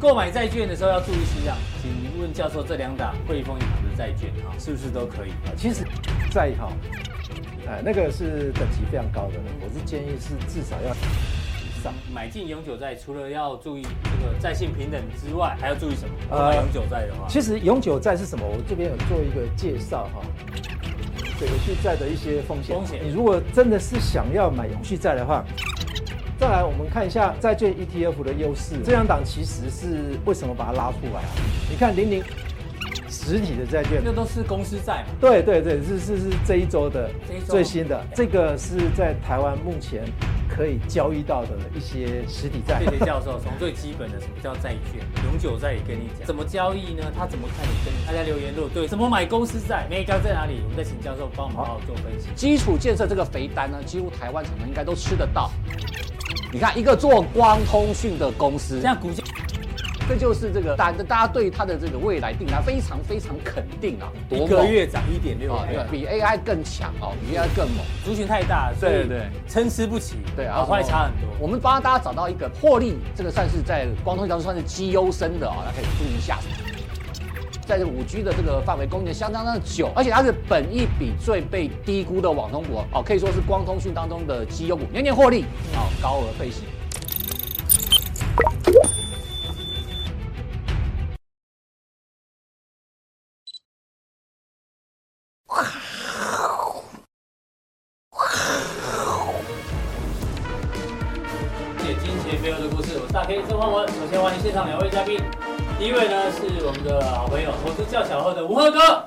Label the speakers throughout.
Speaker 1: 购买债券的时候要注意事项，请问教授，这两档汇丰银行的债券啊，是不是都可以？
Speaker 2: 啊，其实在哈，哎，那个是等级非常高的，我是建议是至少要以上。
Speaker 1: 买进永久债，除了要注意这个债性平等之外，还要注意什么？购
Speaker 2: 呃
Speaker 1: 买永久债的话，
Speaker 2: 其实永久债是什么？我这边有做一个介绍哈，这个续债的一些风险。
Speaker 1: 风险
Speaker 2: 你如果真的是想要买永续债的话，再来我们看一下债券 ETF 的优势。这两档其实是为什么把它拉出来啊？你看零零实体的债券，
Speaker 1: 那都是公司债嘛。
Speaker 2: 对对对，是是是这一周的
Speaker 1: 这一周
Speaker 2: 最新的，这个是在台湾目前可以交易到的一些实体债。
Speaker 1: 谢谢教授，从最基本的什么叫债 券、永久债也跟你讲，怎么交易呢？他怎么看你跟大家留言录对，怎么买公司债，美高在哪里？我们再请教授帮我们好好做分析。
Speaker 3: 基础建设这个肥单呢，几乎台湾厂商应该都吃得到。你看，一个做光通讯的公司
Speaker 1: 现，在股价
Speaker 3: 这就是这个大大家对它的这个未来定价非常非常肯定啊，
Speaker 1: 一
Speaker 3: 多
Speaker 1: 个
Speaker 3: 猛
Speaker 1: 月哎涨一点六
Speaker 3: 啊，对，比 AI 更强哦，比 AI 更猛。
Speaker 1: 族群太大，所以
Speaker 3: 对对
Speaker 1: 参差不齐，
Speaker 3: 对
Speaker 1: 啊，
Speaker 3: 啊，
Speaker 1: 坏差很多。
Speaker 3: 我们帮大家找到一个获利，这个算是在光通当中算是绩优生的啊、大家可以注意一下。在这五 G 的这个范围供应相当的久，而且它是本益比最被低估的网通股哦，可以说是光通讯当中的绩优股，年年获利，哦，高额配息。
Speaker 1: 啊解金钱背后的故事，我是大 K 郑焕文。首先欢迎现场两位嘉宾，第一位呢是我们的好朋友投资叫小贺的吴赫哥，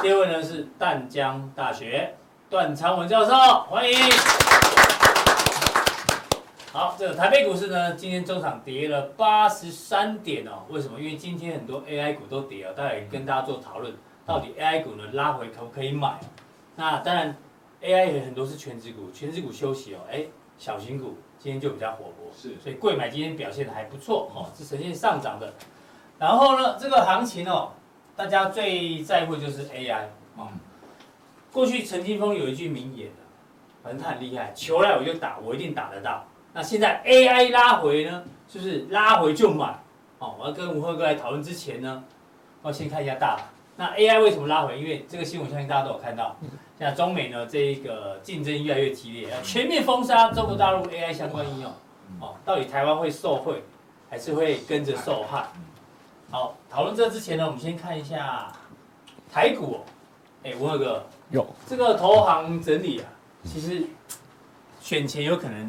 Speaker 1: 第二位呢是淡江大学段昌文教授，欢迎。好，这个台北股市呢，今天中场跌了八十三点哦。为什么？因为今天很多 AI 股都跌了，哦待会跟大家做讨论，到底 AI 股呢拉回可不可以买？那当然，AI 也很多是全职股，全职股休息哦，哎，小型股今天就比较活泼，
Speaker 4: 是
Speaker 1: 所以贵买今天表现的还不错哦，是呈现上涨的。然后呢，这个行情哦，大家最在乎的就是 AI 哦。过去陈金峰有一句名言啊，反正他很厉害，球来我就打，我一定打得到。那现在 AI 拉回呢，就是拉回就买哦。我要跟吴赫哥来讨论之前呢，我先看一下大盘。那 AI 为什么拉回？因为这个新闻相信大家都有看到，现在中美呢这一个竞争越来越激烈，要全面封杀中国大陆 AI 相关应用哦。到底台湾会受惠，还是会跟着受害？好，讨论这之前呢，我们先看一下台股、哦。哎，吴赫哥，
Speaker 2: 有
Speaker 1: 这个投行整理啊，其实选前有可能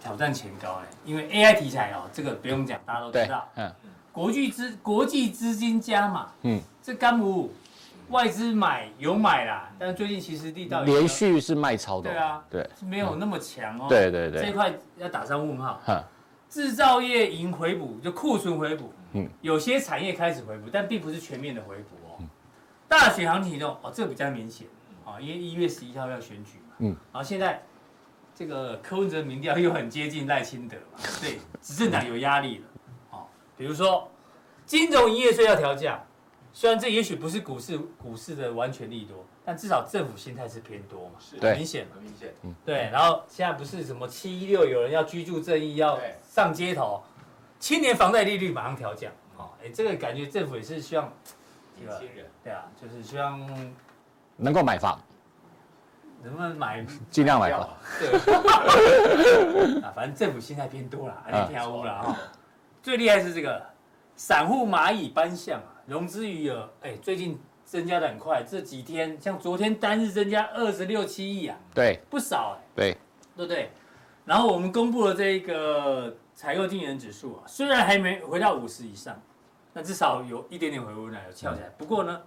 Speaker 1: 挑战前高哎、因为 AI 题材哦，这个不用讲，大家都知道。
Speaker 3: 嗯，
Speaker 1: 国际资国际资金加码，嗯
Speaker 3: 嗯，
Speaker 1: 这干股外资买有买啦，但是最近其实力道也
Speaker 3: 连续是卖超的，
Speaker 1: 对啊，
Speaker 3: 对，
Speaker 1: 没有那么强哦。
Speaker 3: 对对
Speaker 1: 这一
Speaker 3: 对，
Speaker 1: 块要打上问号。
Speaker 3: 哈，
Speaker 1: 制造业迎回补，就库存回补，嗯
Speaker 3: 嗯，
Speaker 1: 有些产业开始回补，但并不是全面的回补哦。大选行情中，哦，这个比较明显，哦，因为一月十一号要选举嘛，嗯
Speaker 3: 嗯，
Speaker 1: 然后现在这个柯文哲民调又很接近赖清德 嘛，对，执政党有压力了，哦，比如说金融营业税要调价，虽然这也许不是股市股市的完全利多，但至少政府心态是偏多嘛，
Speaker 4: 是
Speaker 3: 对
Speaker 1: 明显嘛。
Speaker 4: 很明显，
Speaker 1: 对，然后现在不是什么七一六有人要居住正义要
Speaker 4: 对
Speaker 1: 上街头，青年房贷利率马上调降，哦，哎，这个感觉政府也是希望，
Speaker 4: 年轻人
Speaker 1: 对啊，就是希望
Speaker 3: 能够买房，
Speaker 1: 能不能买
Speaker 3: 尽量买
Speaker 4: 要
Speaker 3: 房。
Speaker 4: 啊
Speaker 1: 啊，反正政府现在偏多
Speaker 4: 啊
Speaker 1: 啦，
Speaker 3: 嗯
Speaker 1: 你偏污了哈。最厉害是这个散户蚂蚁搬象啊，融资余额哎最近增加的很快，这几天像昨天单日增加二十六七亿啊，
Speaker 3: 对
Speaker 1: 不少哎、
Speaker 3: 对，
Speaker 1: 对不对？然后我们公布了这个采购经理人指数啊，虽然还没回到五十以上，但至少有一点点回温了，啊有翘起来。不过呢，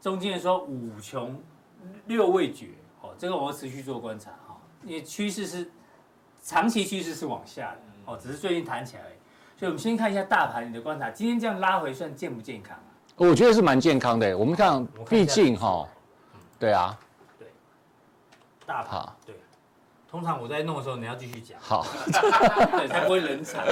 Speaker 1: 中间说五穷六未绝哦，这个我要持续做观察哈、哦，因为趋势是长期趋势是往下的哦，只是最近弹起来而已。所以我们先看一下大盘你的观察，今天这样拉回算健不健康啊？
Speaker 3: 我觉得是蛮健康的。我们看
Speaker 1: 我，看一
Speaker 3: 毕
Speaker 1: 下
Speaker 3: 竟哈，对啊，
Speaker 1: 大盘
Speaker 3: 好，
Speaker 1: 对，通常我在弄的时候你要继续讲
Speaker 3: 好。
Speaker 1: 对，才不会冷场。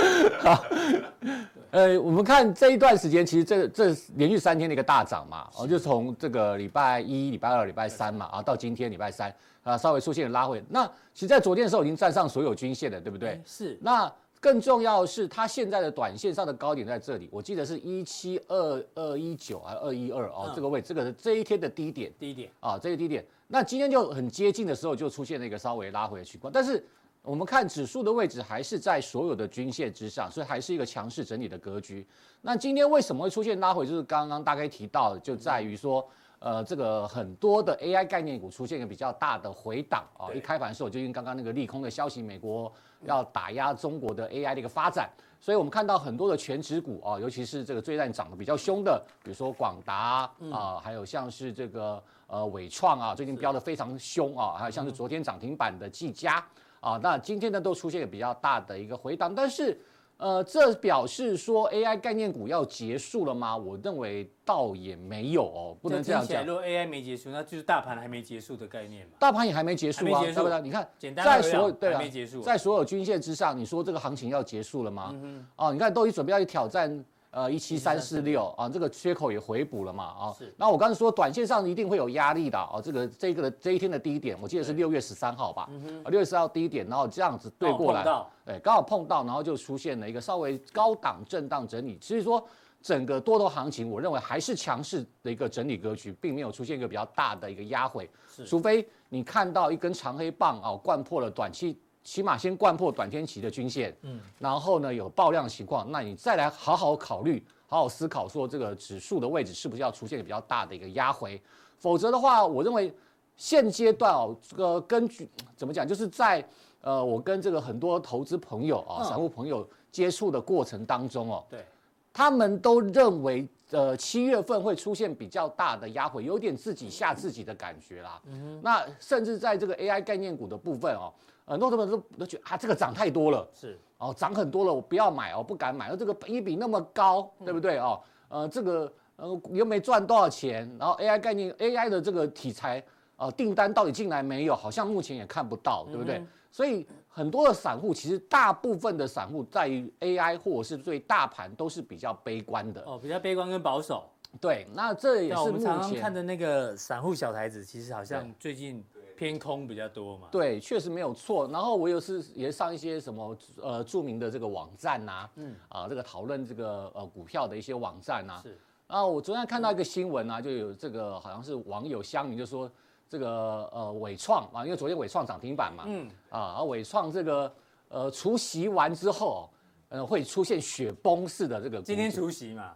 Speaker 3: 呃，我们看这一段时间，其实这这连续三天的一个大涨嘛，哦，就从这个礼拜一、礼拜二、礼拜三嘛，啊，到今天礼拜三，啊，稍微出现了拉回。那其实，在昨天的时候已经站上所有均线了，对不对？
Speaker 1: 是
Speaker 3: 那更重要的是，它现在的短线上的高点在这里，我记得是一七二二一九还二一二哦
Speaker 1: 嗯，
Speaker 3: 这个位，这个是这一天的低点
Speaker 1: 第一点，
Speaker 3: 啊，这个低点。那今天就很接近的时候，就出现了一个稍微拉回的情况，但是。我们看指数的位置还是在所有的均线之上，所以还是一个强势整理的格局。那今天为什么会出现拉回？就是刚刚大概提到的，就在于说，
Speaker 1: 嗯
Speaker 3: 呃，这个很多的 AI 概念股出现一个比较大的回档啊、
Speaker 1: 对
Speaker 3: 一开盘的时候就因为刚刚那个利空的消息，美国要打压中国的 AI 的一个发展，所以我们看到很多的全指股啊、尤其是这个最近涨得比较凶的，比如说广达啊、
Speaker 1: 嗯
Speaker 3: 还有像是这个呃伟创啊，最近飙得非常凶啊，还有像是昨天涨停板的技嘉
Speaker 1: 嗯
Speaker 3: 啊，那今天呢都出现了比较大的一个回档，但是。呃，这表示说 AI 概念股要结束了吗？我认为倒也没有哦，不能这样
Speaker 1: 听起来
Speaker 3: 讲。
Speaker 1: 如果 AI 没结束，那就是大盘还没结束的概念嘛。
Speaker 3: 大盘也还没结束
Speaker 1: 还
Speaker 3: 啊，
Speaker 1: 没结束
Speaker 3: 对不对？你看，
Speaker 1: 简单
Speaker 3: 在
Speaker 1: 回
Speaker 3: 所有
Speaker 1: 档
Speaker 3: 对啊，
Speaker 1: 还没结束嗯
Speaker 3: 在所有均线之上，你说这个行情要结束了吗？哦，你看都已经准备要去挑战呃一七三四六啊，这个缺口也回补了嘛啊
Speaker 1: 嗯是。
Speaker 3: 那我刚才说短线上一定会有压力的啊，这个这个的这一天的低点，我记得是六月十三号
Speaker 1: 嗯
Speaker 3: 吧，啊六月十三号低点，然后这样子对过来
Speaker 1: 哦刚好碰到，
Speaker 3: 对，哎刚好碰到，然后就出现了一个稍微高档震荡整理，所以说。整个多头行情，我认为还是强势的一个整理格局，并没有出现一个比较大的一个压回。除非你看到一根长黑棒哦，灌破了短期，起码先灌破短天期的均线，嗯，然后呢有爆量情况，那你再来好好考虑，好好思考说这个指数的位置是不是要出现比较大的一个压回，否则的话，我认为现阶段哦，这个根据怎么讲，就是在呃我跟这个很多投资朋友啊、
Speaker 1: 嗯
Speaker 3: 散户朋友接触的过程当中哦，
Speaker 1: 对，
Speaker 3: 他们都认为，呃，七月份会出现比较大的压回，有点自己吓自己的感觉啦。那甚至在这个 AI 概念股的部分哦，很多朋友都都觉得啊，这个涨太多了，
Speaker 1: 是
Speaker 3: 哦，涨很多了，我不要买哦，不敢买，哦，这个一比那么高，
Speaker 1: 嗯
Speaker 3: 对不对哦？呃，这个呃又没赚多少钱，然后 AI 概念 AI 的这个题材啊、呃订单到底进来没有？好像目前也看不
Speaker 1: 嗯
Speaker 3: 到，对不对？所以很多的散户，其实大部分的散户在于 AI 或者是对大盘都是比较悲观的。
Speaker 1: 哦，比较悲观跟保守。
Speaker 3: 对，那这也
Speaker 1: 对，
Speaker 3: 是
Speaker 1: 我
Speaker 3: 目
Speaker 1: 们
Speaker 3: 前
Speaker 1: 常常看的那个散户小台子，其实好像最近偏空比较多嘛。
Speaker 3: 对，确实没有错。然后我有是也上一些什么呃著名的这个网站呐、嗯啊这个讨论这个呃股票的一些网站呐、
Speaker 1: 是
Speaker 3: 啊，我昨天看到一个新闻啊，就有这个好像是网友乡民就说这个呃伟创啊，因为昨天伟创涨停板嘛，嗯啊，伟创这个呃除夕完之后，呃会出现雪崩式的这个股
Speaker 1: 今天
Speaker 3: 价
Speaker 1: 除夕嘛，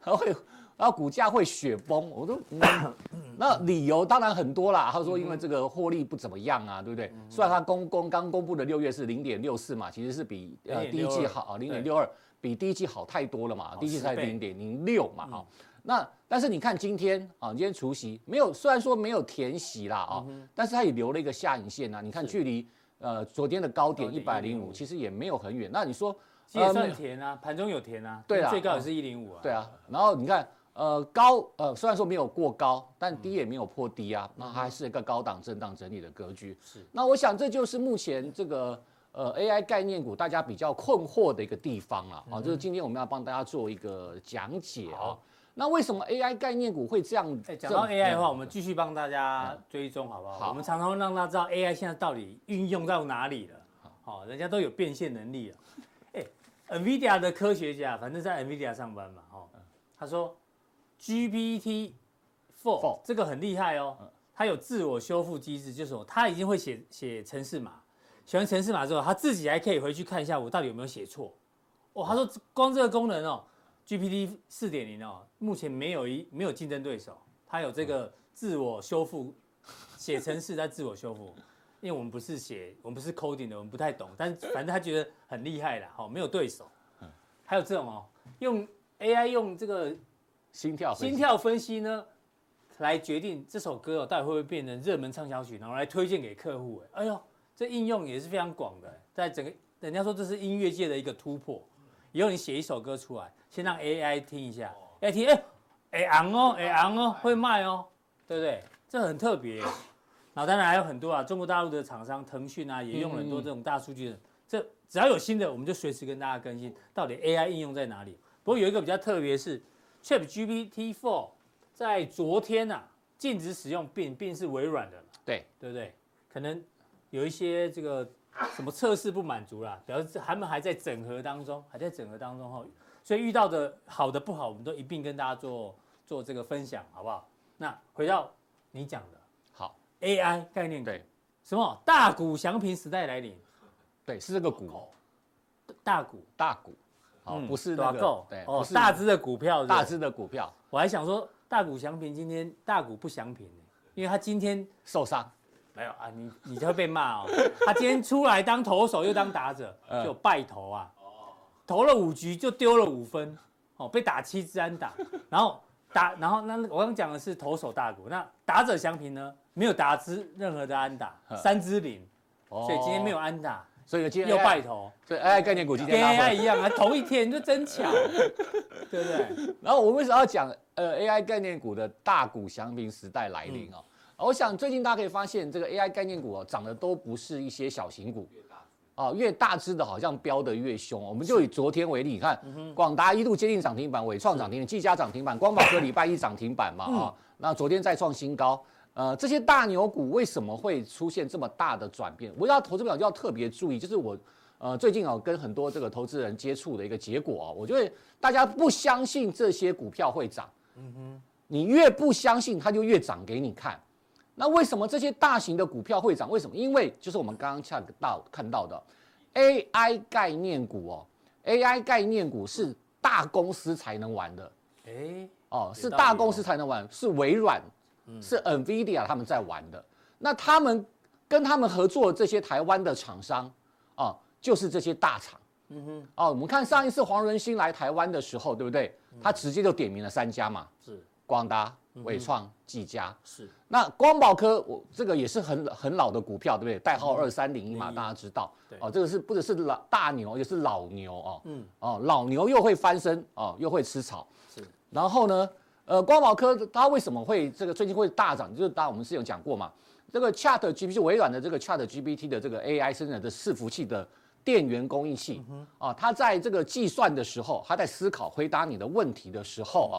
Speaker 3: 它会，然后股价会雪崩，我都， 嗯那理由当然很多啦。他说因为这个获利不怎么样啊，对不对？虽然它公公刚公布的六月是零点六四嘛，其实是比呃
Speaker 1: 0.62
Speaker 3: 第一季好，零
Speaker 1: 对
Speaker 3: 点六二比第一季好嗯太多了嘛，第一季才
Speaker 1: 10倍
Speaker 3: 零点零六嘛，哈、那但是你看今天啊，今天除夕没有，虽然说没有填息啦啊、但是它也留了一个下影线啊。你看距离呃昨天的高点一百零五，
Speaker 1: 105
Speaker 3: 其实也没有很远。那你说呃
Speaker 1: 其实也
Speaker 3: 没
Speaker 1: 算
Speaker 3: 有
Speaker 1: 甜啊，盘中有甜啊，
Speaker 3: 对啊
Speaker 1: 最高也是一零五啊。
Speaker 3: 对啊，然后你看，呃，高呃，虽然说没有过高，但
Speaker 1: 嗯
Speaker 3: 低也没有破低啊，那还是一个高档震荡整理的格局。
Speaker 1: 是
Speaker 3: 那我想这就是目前这个呃 AI 概念股大家比较困惑的一个地方了啊，就是今天我们要帮大家做一个讲解
Speaker 1: 嗯
Speaker 3: 啊
Speaker 1: 好。
Speaker 3: 那为什么 AI 概念股会这样？
Speaker 1: 哎，讲到 AI 的话，
Speaker 3: 嗯
Speaker 1: 我们继续帮大家追踪好不好？
Speaker 3: 好
Speaker 1: 我们常常会让大家知道 AI 现在到底运用到哪里了。好，人家都有变现能 力了。哎，NVIDIA 的科学家，反正在 NVIDIA 上班嘛，哦，
Speaker 3: 嗯
Speaker 1: 他说 GPT Four
Speaker 3: Four 嗯
Speaker 1: 这个很厉害哦，它有自我修复机制，就是说它已经会写写程式码，写完程式码之后，它自己还可以回去看一下我到底有没有写错。哦，他说光这个功能哦，GPT 四点零哦，目前没有一没有竞争对手，它有这个自我修复，写程式在自我修复。因为我们不是写，我们不是 coding 的，我们不太懂，但是反正他觉得很厉害啦，好、没有对手。还有这种哦，用 AI 用这个
Speaker 3: 心跳分析
Speaker 1: 心跳分析呢，来决定这首歌、哦、到底会不会变成热门畅销曲，然后来推荐给客户。哎哎呦，这应用也是非常广的，在整个人家说这是音乐界的一个突破。以后你写一首歌出来，先让 AI 听一下，AI
Speaker 3: 哦
Speaker 1: 听，哎，哎昂哦，哎昂哦，会卖哦，对不对？这很特别。然后当然还有很多啊，中国大陆的厂商，腾讯啊，也用了很多这种大数据的。这只要有新的，我们就随时跟大家更新到底 AI 应用在哪里。不过有一个比较特别是 ChatGPT Four 在昨天啊禁止使用并并是微软的，
Speaker 3: 对
Speaker 1: 对不对？可能有一些这个什么测试不满足啦，表示他们还在整合当中，还在整合当中哈。所以遇到的好的不好，我们都一并跟大家做做这个分享，好不好？那回到你讲的
Speaker 3: 好，
Speaker 1: AI 概念股，
Speaker 3: 对
Speaker 1: 什么大股祥平时代来临，
Speaker 3: 对，是这个股
Speaker 1: 大股
Speaker 3: 大股，
Speaker 1: 哦
Speaker 3: 好，
Speaker 1: 嗯
Speaker 3: 哦不是那
Speaker 1: 大
Speaker 3: 个
Speaker 1: 购
Speaker 3: 对，
Speaker 1: 哦
Speaker 3: 不，是
Speaker 1: 大只的股票，
Speaker 3: 大
Speaker 1: 只。
Speaker 3: 只的股票
Speaker 1: 我还想说大股祥平今天大股不祥平呢，因为他今天
Speaker 3: 受伤，
Speaker 1: 没有啊，你你就会被骂哦。 他今天出来当投手又当打者，
Speaker 3: 嗯
Speaker 1: 就败投啊，投了五局就丢了五分，哦，被打七支安打，然后打，然后那我刚讲的是投手大股，那打者祥平呢，没有打支任何的安打，
Speaker 3: 嗯
Speaker 1: 三支零，
Speaker 3: 所
Speaker 1: 所以今天没有，安打，
Speaker 3: 哦所以今天
Speaker 1: 又
Speaker 3: AI
Speaker 1: 败投，
Speaker 3: 所以 AI 概念股今
Speaker 1: 跟
Speaker 3: 天拉
Speaker 1: AI
Speaker 3: 回。
Speaker 1: 一样啊，同一天就真巧，对不对？
Speaker 3: 然后我为什么要讲呃 AI 概念股的大股祥平时代来临哦？我想最近大家可以发现，这个 AI 概念股哦，涨的都不是一些小型股，啊，越大只的好像飙得越凶哦。我们就以昨天为例，你看广达一度接近涨停板，伟创涨停板，技嘉涨停板，光宝科礼拜一涨停板嘛啊，那昨天再创新高。呃，这些大牛股为什么会出现这么大的转变？我要投资表就要特别注意，就是我呃最近啊、跟很多这个投资人接触的一个结果啊、我觉得大家不相信这些股票会涨，你越不相信，它就越涨给你看。那为什么这些大型的股票会涨？为什么？因为就是我们刚刚恰到看到的 AI 概念股哦，AI 概念股是大公司才能玩的
Speaker 1: 哎，
Speaker 3: 哦，
Speaker 1: 有
Speaker 3: 是
Speaker 1: 道理
Speaker 3: 大
Speaker 1: 哦嗯
Speaker 3: 公司才能玩，是微软、是 NVIDIA 他们在玩的。那他们跟他们合作的这些台湾的厂商哦，就是这些大厂。嗯哼，哦，我们看上一次黄仁勋来台湾的时候，对不对？他直接就点名了三家嘛，
Speaker 1: 是
Speaker 3: 广达、
Speaker 1: 嗯
Speaker 3: 伟创、技嘉。
Speaker 1: 是，
Speaker 3: 那光宝科，我这个也是很很老的股票，对不对？代号二三零一嘛，
Speaker 1: 嗯
Speaker 3: 大家知道。
Speaker 1: 对
Speaker 3: 哦，这个是不只是老大牛，也是老牛哦。
Speaker 1: 嗯
Speaker 3: 哦，老牛又会翻身哦，又会吃草。
Speaker 1: 是，
Speaker 3: 然后呢，呃，光宝科它为什么会这个最近会大涨？就是当然我们是有讲过嘛，这个 Chat GPT 微软的这个 Chat GPT 的这个 AI 生成的伺服器的电源供应器
Speaker 1: 嗯
Speaker 3: 啊，它在这个计算的时候，它在思考回答你的问题的时候啊，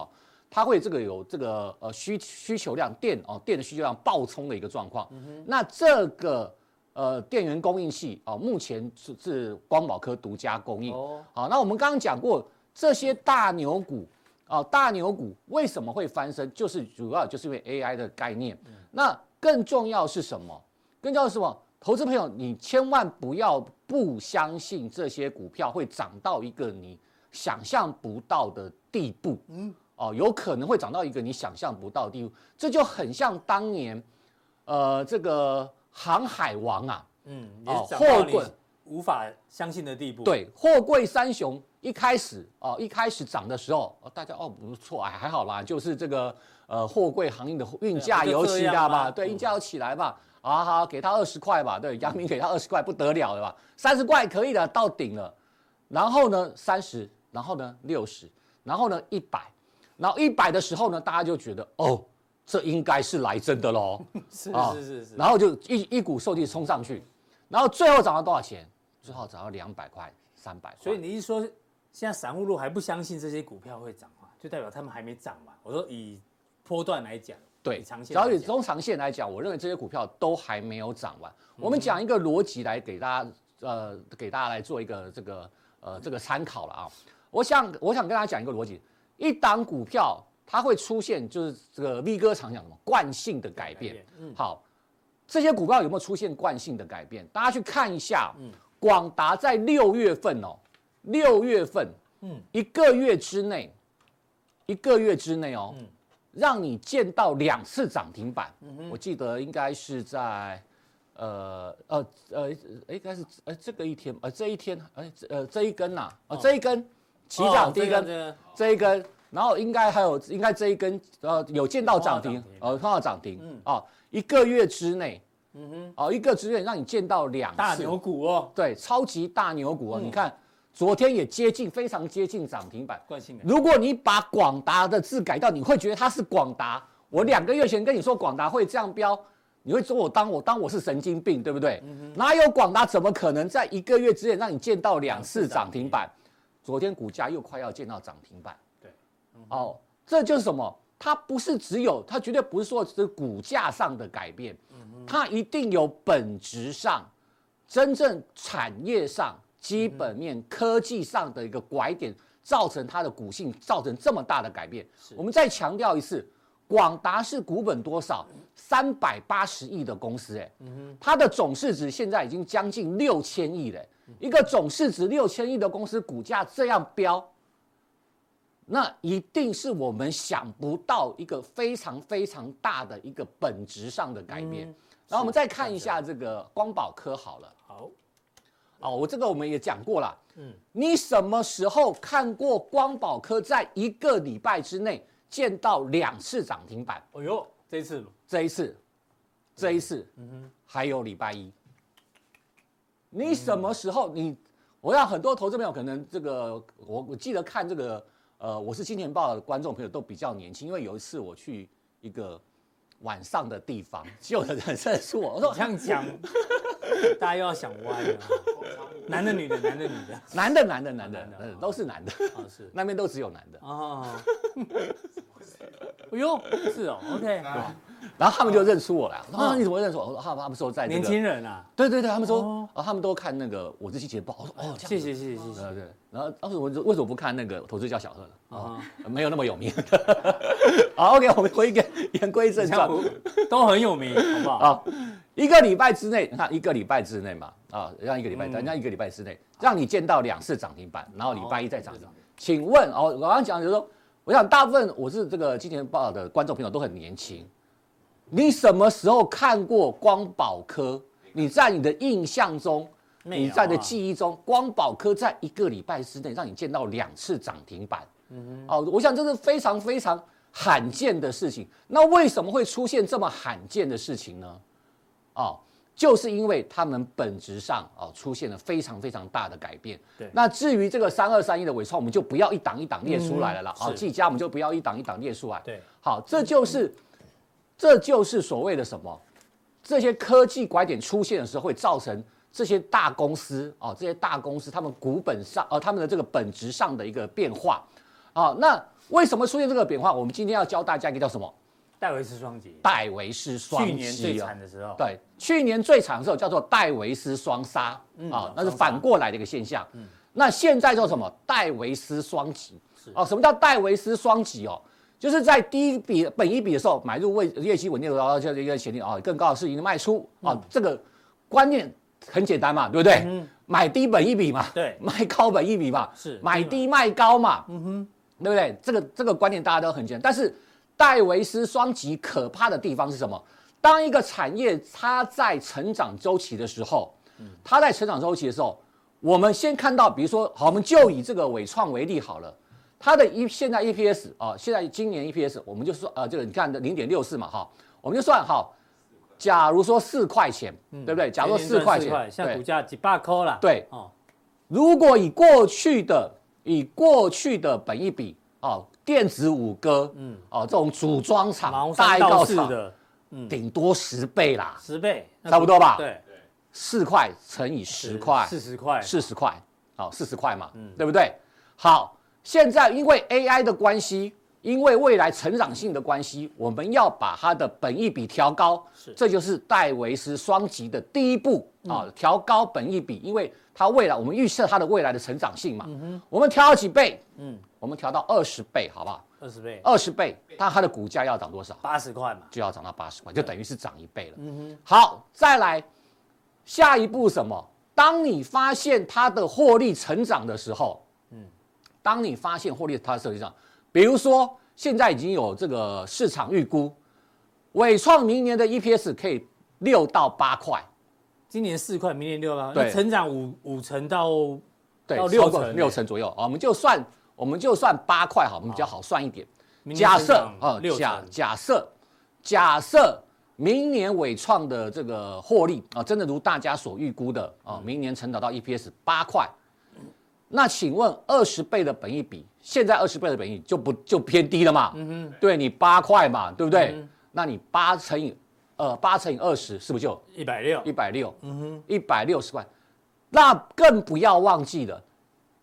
Speaker 3: 它会这个有这个呃需需求量电哦电的需求量爆冲的一个状况。
Speaker 1: 嗯
Speaker 3: 那这个。呃，电源供应器啊、目前是是光宝科独家供应。
Speaker 1: 哦
Speaker 3: 好，那我们刚刚讲过这些大牛股啊、大牛股为什么会翻身？就是主要就是因为 AI 的概念。那更重要是什么？更重要是什么？投资朋友，你千万不要不相信这些股票会涨到一个你想象不到的地步。嗯，哦，有可能会涨到一个你想象不到的地步，这就很像当年，呃，这个航海王啊，
Speaker 1: 嗯，也
Speaker 3: 哦
Speaker 1: 是涨到
Speaker 3: 货
Speaker 1: 你
Speaker 3: 柜
Speaker 1: 无法相信的地步，
Speaker 3: 对，货柜三雄一开始哦，一开始涨的时候，哦、大家哦不错，哎还好啦，就是这个呃货柜行业的运价
Speaker 1: 对啊
Speaker 3: 有
Speaker 1: 不就
Speaker 3: 起
Speaker 1: 这
Speaker 3: 来
Speaker 1: 样
Speaker 3: 嘛，
Speaker 1: 吗
Speaker 3: 对，
Speaker 1: 嗯
Speaker 3: 运价有起来嘛，啊好，给他二十块吧，对，杨明给他二十块不得了了吧，三十块可以了，到顶了，然后呢三十，然后呢六十，然后呢一百，然后一百的时候呢，大家就觉得哦。这应该是来真的喽，
Speaker 1: 是
Speaker 3: 啊
Speaker 1: 是是是，
Speaker 3: 然后就一一股受气冲上去，然后最后涨到多少钱？最后涨到两百块、三百块。
Speaker 1: 所以你一说现在散户路还不相信这些股票会涨嘛，就代表他们还没涨嘛。我说以波段来讲，
Speaker 3: 对，
Speaker 1: 以长
Speaker 3: 只
Speaker 1: 线来
Speaker 3: 要
Speaker 1: 讲，
Speaker 3: 以中长线来讲，我认为这些股票都还没有涨完。我
Speaker 1: 嗯
Speaker 3: 们讲一个逻辑来给大家，呃，给大家来做一个这个呃这个参考了啊。我想我想跟大家讲一个逻辑，一档股票它会出现就是这个 V 哥常讲什么惯性的改变
Speaker 1: 改变。嗯
Speaker 3: 好，这些股票有没有出现惯性的改变？大家去看一下，
Speaker 1: 嗯
Speaker 3: 广达在六月份哦，六月份，
Speaker 1: 嗯
Speaker 3: 一个月之内，一个月之内哦，
Speaker 1: 嗯
Speaker 3: 让你见到两次涨停板。我记得应该是在。呃呃呃，应该是呃这个一天，呃这一天，呃这呃这一根呐、啊，呃这一根起涨第一根，
Speaker 1: 哦哦这个
Speaker 3: 这一根，然后应该还有应该这一根呃有见到涨停
Speaker 1: 有碰到涨停，嗯
Speaker 3: 呃碰到涨停，啊，一个月之内，嗯哼，哦一个月之内让你见到两次，
Speaker 1: 大牛股嗯哦，
Speaker 3: 对，超级大牛股啊，你看昨天也接近，非常接近涨停板。
Speaker 1: 惯性的
Speaker 3: 如果你把广达的字改掉，你会觉得它是广达。我两个月前跟你说广达会这样标，你会说我当我当我是神经病，对不对？哪有广达怎么可能在一个月之内让你见到两次涨停板？昨天股价又快要见到涨停板。
Speaker 1: 对，
Speaker 3: 哦，这就是什么？它不是只有，它绝对嗯不是说只是股价上的改变，它一定有本质上真正产业上、基本面、科技上的一个拐点，造成它的股性造成这么大的改变。我们再强调一次，广达是股本多少？三百八十亿的公司、哎、它的总市值现在已经将近六千亿了、哎一个总市值六千亿的公司，股价这样飙，那一定是我们想不到一个非常非常大的一个本质上的改变。然后我们再看一下这个光宝科好了。
Speaker 5: 好，
Speaker 3: 哦，我这个我们也讲过了。嗯，你什么时候看过光宝科在一个礼拜之内见到两次涨停板？
Speaker 5: 哎呦，这一次
Speaker 3: 这一次，这一次，还有礼拜一。你什么时候你？我让很多投资朋友可能这个，我我记得看这个，呃，我是金钱豹的观众朋友都比较年轻，因为有一次我去一个晚上的地方，就有人认识我，我说
Speaker 5: 这样 讲，大家又要想歪了。男的女的，男的女的。
Speaker 3: 男的男的男的，
Speaker 5: 的
Speaker 3: 嗯都是男的，
Speaker 5: 啊是
Speaker 3: 那边都只有男的。
Speaker 5: 哦，哎呦，是哦，OK，
Speaker 3: 哎然后他们就认出我来，他说你怎么会认出我？我说他们他们说在这个
Speaker 5: 年轻，人啊，
Speaker 3: 对对对，他们说
Speaker 5: 哦
Speaker 3: 啊，他们都看那个我这期节目，我说哦，这
Speaker 5: 谢谢
Speaker 3: 样子。
Speaker 5: 谢谢谢谢
Speaker 3: 对对，然后当时我就为什么不看那个投资叫小贺呢？哦
Speaker 5: 啊，
Speaker 3: 没有那么有名。 好，OK，我们回归言归正传。
Speaker 5: 都很有名，好不好？
Speaker 3: 啊，一个礼拜之内，你看一个礼拜之内嘛，啊，让一个礼
Speaker 5: 嗯
Speaker 3: 拜，让一个礼拜之内，让你见到两次涨停板，然后礼拜一再涨
Speaker 5: 嗯
Speaker 3: 停。请问哦，我刚刚讲就是说，我想大部分我是这个金钱豹的观众朋友都很年轻，你什么时候看过光宝科？你在你的印象中，
Speaker 5: 没有啊
Speaker 3: 你在你的记忆中，光宝科在一个礼拜之内让你见到两次涨停板。
Speaker 5: 嗯
Speaker 3: 哦，我想这是非常非常罕见的事情。那为什么会出现这么罕见的事情呢？哦，就是因为他们本质上哦出现了非常非常大的改变。
Speaker 5: 对
Speaker 3: 那至于这个三二三一的尾创，我们就不要一档一档列出来了啦。
Speaker 5: 嗯
Speaker 3: 好、
Speaker 5: 是
Speaker 3: 技嘉我们就不要一档一档列出来。
Speaker 5: 对，
Speaker 3: 好，这就是这就是所谓的什么？这些科技拐点出现的时候，会造成这些大公司哦，这些大公司他们股本上哦，他们的这个本质上的一个变化。哦，那为什么出现这个变化？我们今天要教大家一个叫什么？
Speaker 5: 戴维斯双杰，
Speaker 3: 戴维斯双击、哦、
Speaker 5: 去年最惨的时候，
Speaker 3: 对，去年最长的时候叫做戴维斯双杀啊、那是
Speaker 5: 嗯双杀嗯
Speaker 3: 反过来的一个现象。那现在叫什么？戴维斯双击
Speaker 5: 是
Speaker 3: 哦，什么叫戴维斯双击哦？就是在第一笔本一笔的时候买入位业绩稳定的时候，就是一个前提啊，哦更高的市盈率卖出啊、
Speaker 5: 嗯
Speaker 3: 哦这个观念很简单嘛，对不对？买低本一笔嘛，
Speaker 5: 对
Speaker 3: 卖高本一笔嘛，
Speaker 5: 是
Speaker 3: 买
Speaker 5: 低
Speaker 3: 低卖高嘛，嗯哼，对不对？这个这个观点大家都很简单，但是戴维斯双极可怕的地方是什么？当一个产业它在成长周期的时候，它在成长周期的时候，我们先看到，比如说，好，我们就以这个伟创为例好了，它的一现在 EPS 啊、现在今年 EPS 我们就说呃，这个你看的零点六四嘛哈，我们就算哈，假如说四块钱，对不对？假如说四块钱，
Speaker 5: 现在
Speaker 3: 对
Speaker 5: 股价几百块啦，
Speaker 3: 对
Speaker 5: 哦，
Speaker 3: 如果以过去的以过去的本一比哦，电子五哥，嗯，哦这种组装厂、
Speaker 5: 毛
Speaker 3: 大
Speaker 5: 三
Speaker 3: 告
Speaker 5: 道四
Speaker 3: 厂，
Speaker 5: 的嗯
Speaker 3: 顶多十倍啦，
Speaker 5: 十倍，那
Speaker 3: 差不多吧
Speaker 5: 对，
Speaker 3: 四块乘以十块，
Speaker 5: 四十块，
Speaker 3: 四十块，好，四十块嘛，对不对？好，现在因为 AI 的关系，因为未来成长性的关系，我们要把它的本益比调高，这就是戴维斯双极的第一步啊，调高本益比，因为它未来我们预测它的未来的成长性嘛，我们调到几倍？嗯，我们调到二十倍，好不好？
Speaker 5: 二十倍，
Speaker 3: 二十倍，那它的股价要涨多少？
Speaker 5: 八十块嘛，
Speaker 3: 就要涨到八十块，就等于是涨一倍了。好，再来下一步是什么？当你发现它的获利成长的时候，当你发现获利它的成长，比如说现在已经有这个市场预估，伟创明年的 EPS 可以六到八块，
Speaker 5: 今年四块，明年六块，
Speaker 3: 对
Speaker 5: 那成长五五成到
Speaker 3: 对
Speaker 5: 到，六
Speaker 3: 超过
Speaker 5: 成
Speaker 3: 六成左右啊，我们就算我们就算八块好，我们比较好算一点。
Speaker 5: 明年
Speaker 3: 假设
Speaker 5: 成长
Speaker 3: 啊，
Speaker 5: 六
Speaker 3: 假
Speaker 5: 成，
Speaker 3: 假设假设明年伟创的这个获利啊，真的如大家所预估的啊，明年成长到 EPS 八块，那请问二十倍的本益比，现在二十倍的本益就不就偏低了嘛？嗯哼，对你八块嘛，对不对？
Speaker 5: 嗯
Speaker 3: 那你八乘以呃八乘以二十，是不是就
Speaker 5: 一百六
Speaker 3: 一，百六，嗯一百六十块。那更不要忘记了，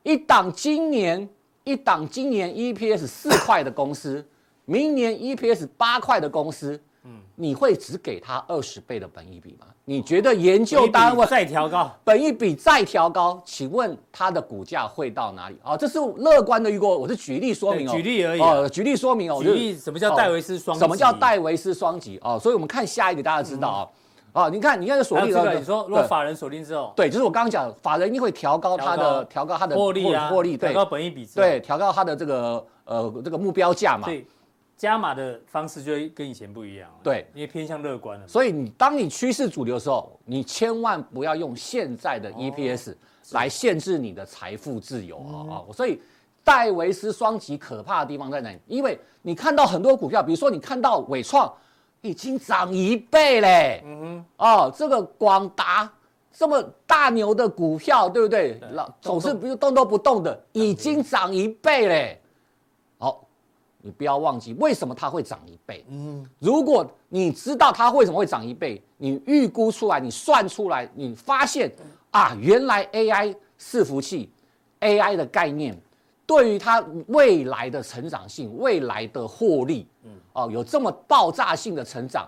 Speaker 3: 一档今年一 E 档今年 EPS 四块的公司，明年 EPS 八块的公司，嗯，你会只给他二十倍的本益比吗？你觉得研
Speaker 1: 就
Speaker 3: 究单位
Speaker 1: 再调高，
Speaker 3: 本益比再调高，请问它的股价会到哪里？哦，这是乐观的预估，我是举例说明哦，
Speaker 1: 对举例而已啊
Speaker 3: 哦，举例说明哦，我
Speaker 1: 举
Speaker 3: 就
Speaker 1: 例什么叫戴维斯双击？
Speaker 3: 什么叫戴维斯双极哦，所以我们看下一个，大家知道啊、哦，啊、你看你看这
Speaker 1: 嗯
Speaker 3: 锁
Speaker 1: 还有
Speaker 3: 定
Speaker 1: 这
Speaker 3: 的
Speaker 1: 个，你说如果法人锁定之后，
Speaker 3: 对，对就是我刚刚讲，法人一定会调高它的调高它的
Speaker 1: 获利啊，
Speaker 3: 获利
Speaker 1: 调
Speaker 3: 对
Speaker 1: 高本益比之后，
Speaker 3: 对，调高它的这个呃这个目标价嘛
Speaker 5: 所。以加码的方式就会跟以前不一样了，
Speaker 3: 对，
Speaker 5: 因为偏向乐观了。
Speaker 3: 所以你当你趋势主流的时候，你千万不要用现在的 EPS 来限制你的财富自由啊啊、所以戴维斯双极可怕的地方在哪里？因为你看到很多股票，比如说你看到伟创已经涨一倍嘞，嗯哼，哦，这个广达。这么大牛的股票，对不对？老总是不动都不动的，已经涨一倍嘞。好，你不要忘记为什么它会涨一倍。如果你知道它为什么会涨一倍，你预估出来，你算出来，你发现啊，原来 AI 伺服器 AI 的概念对于它未来的成长性、未来的获利，哦，有这么爆炸性的成长，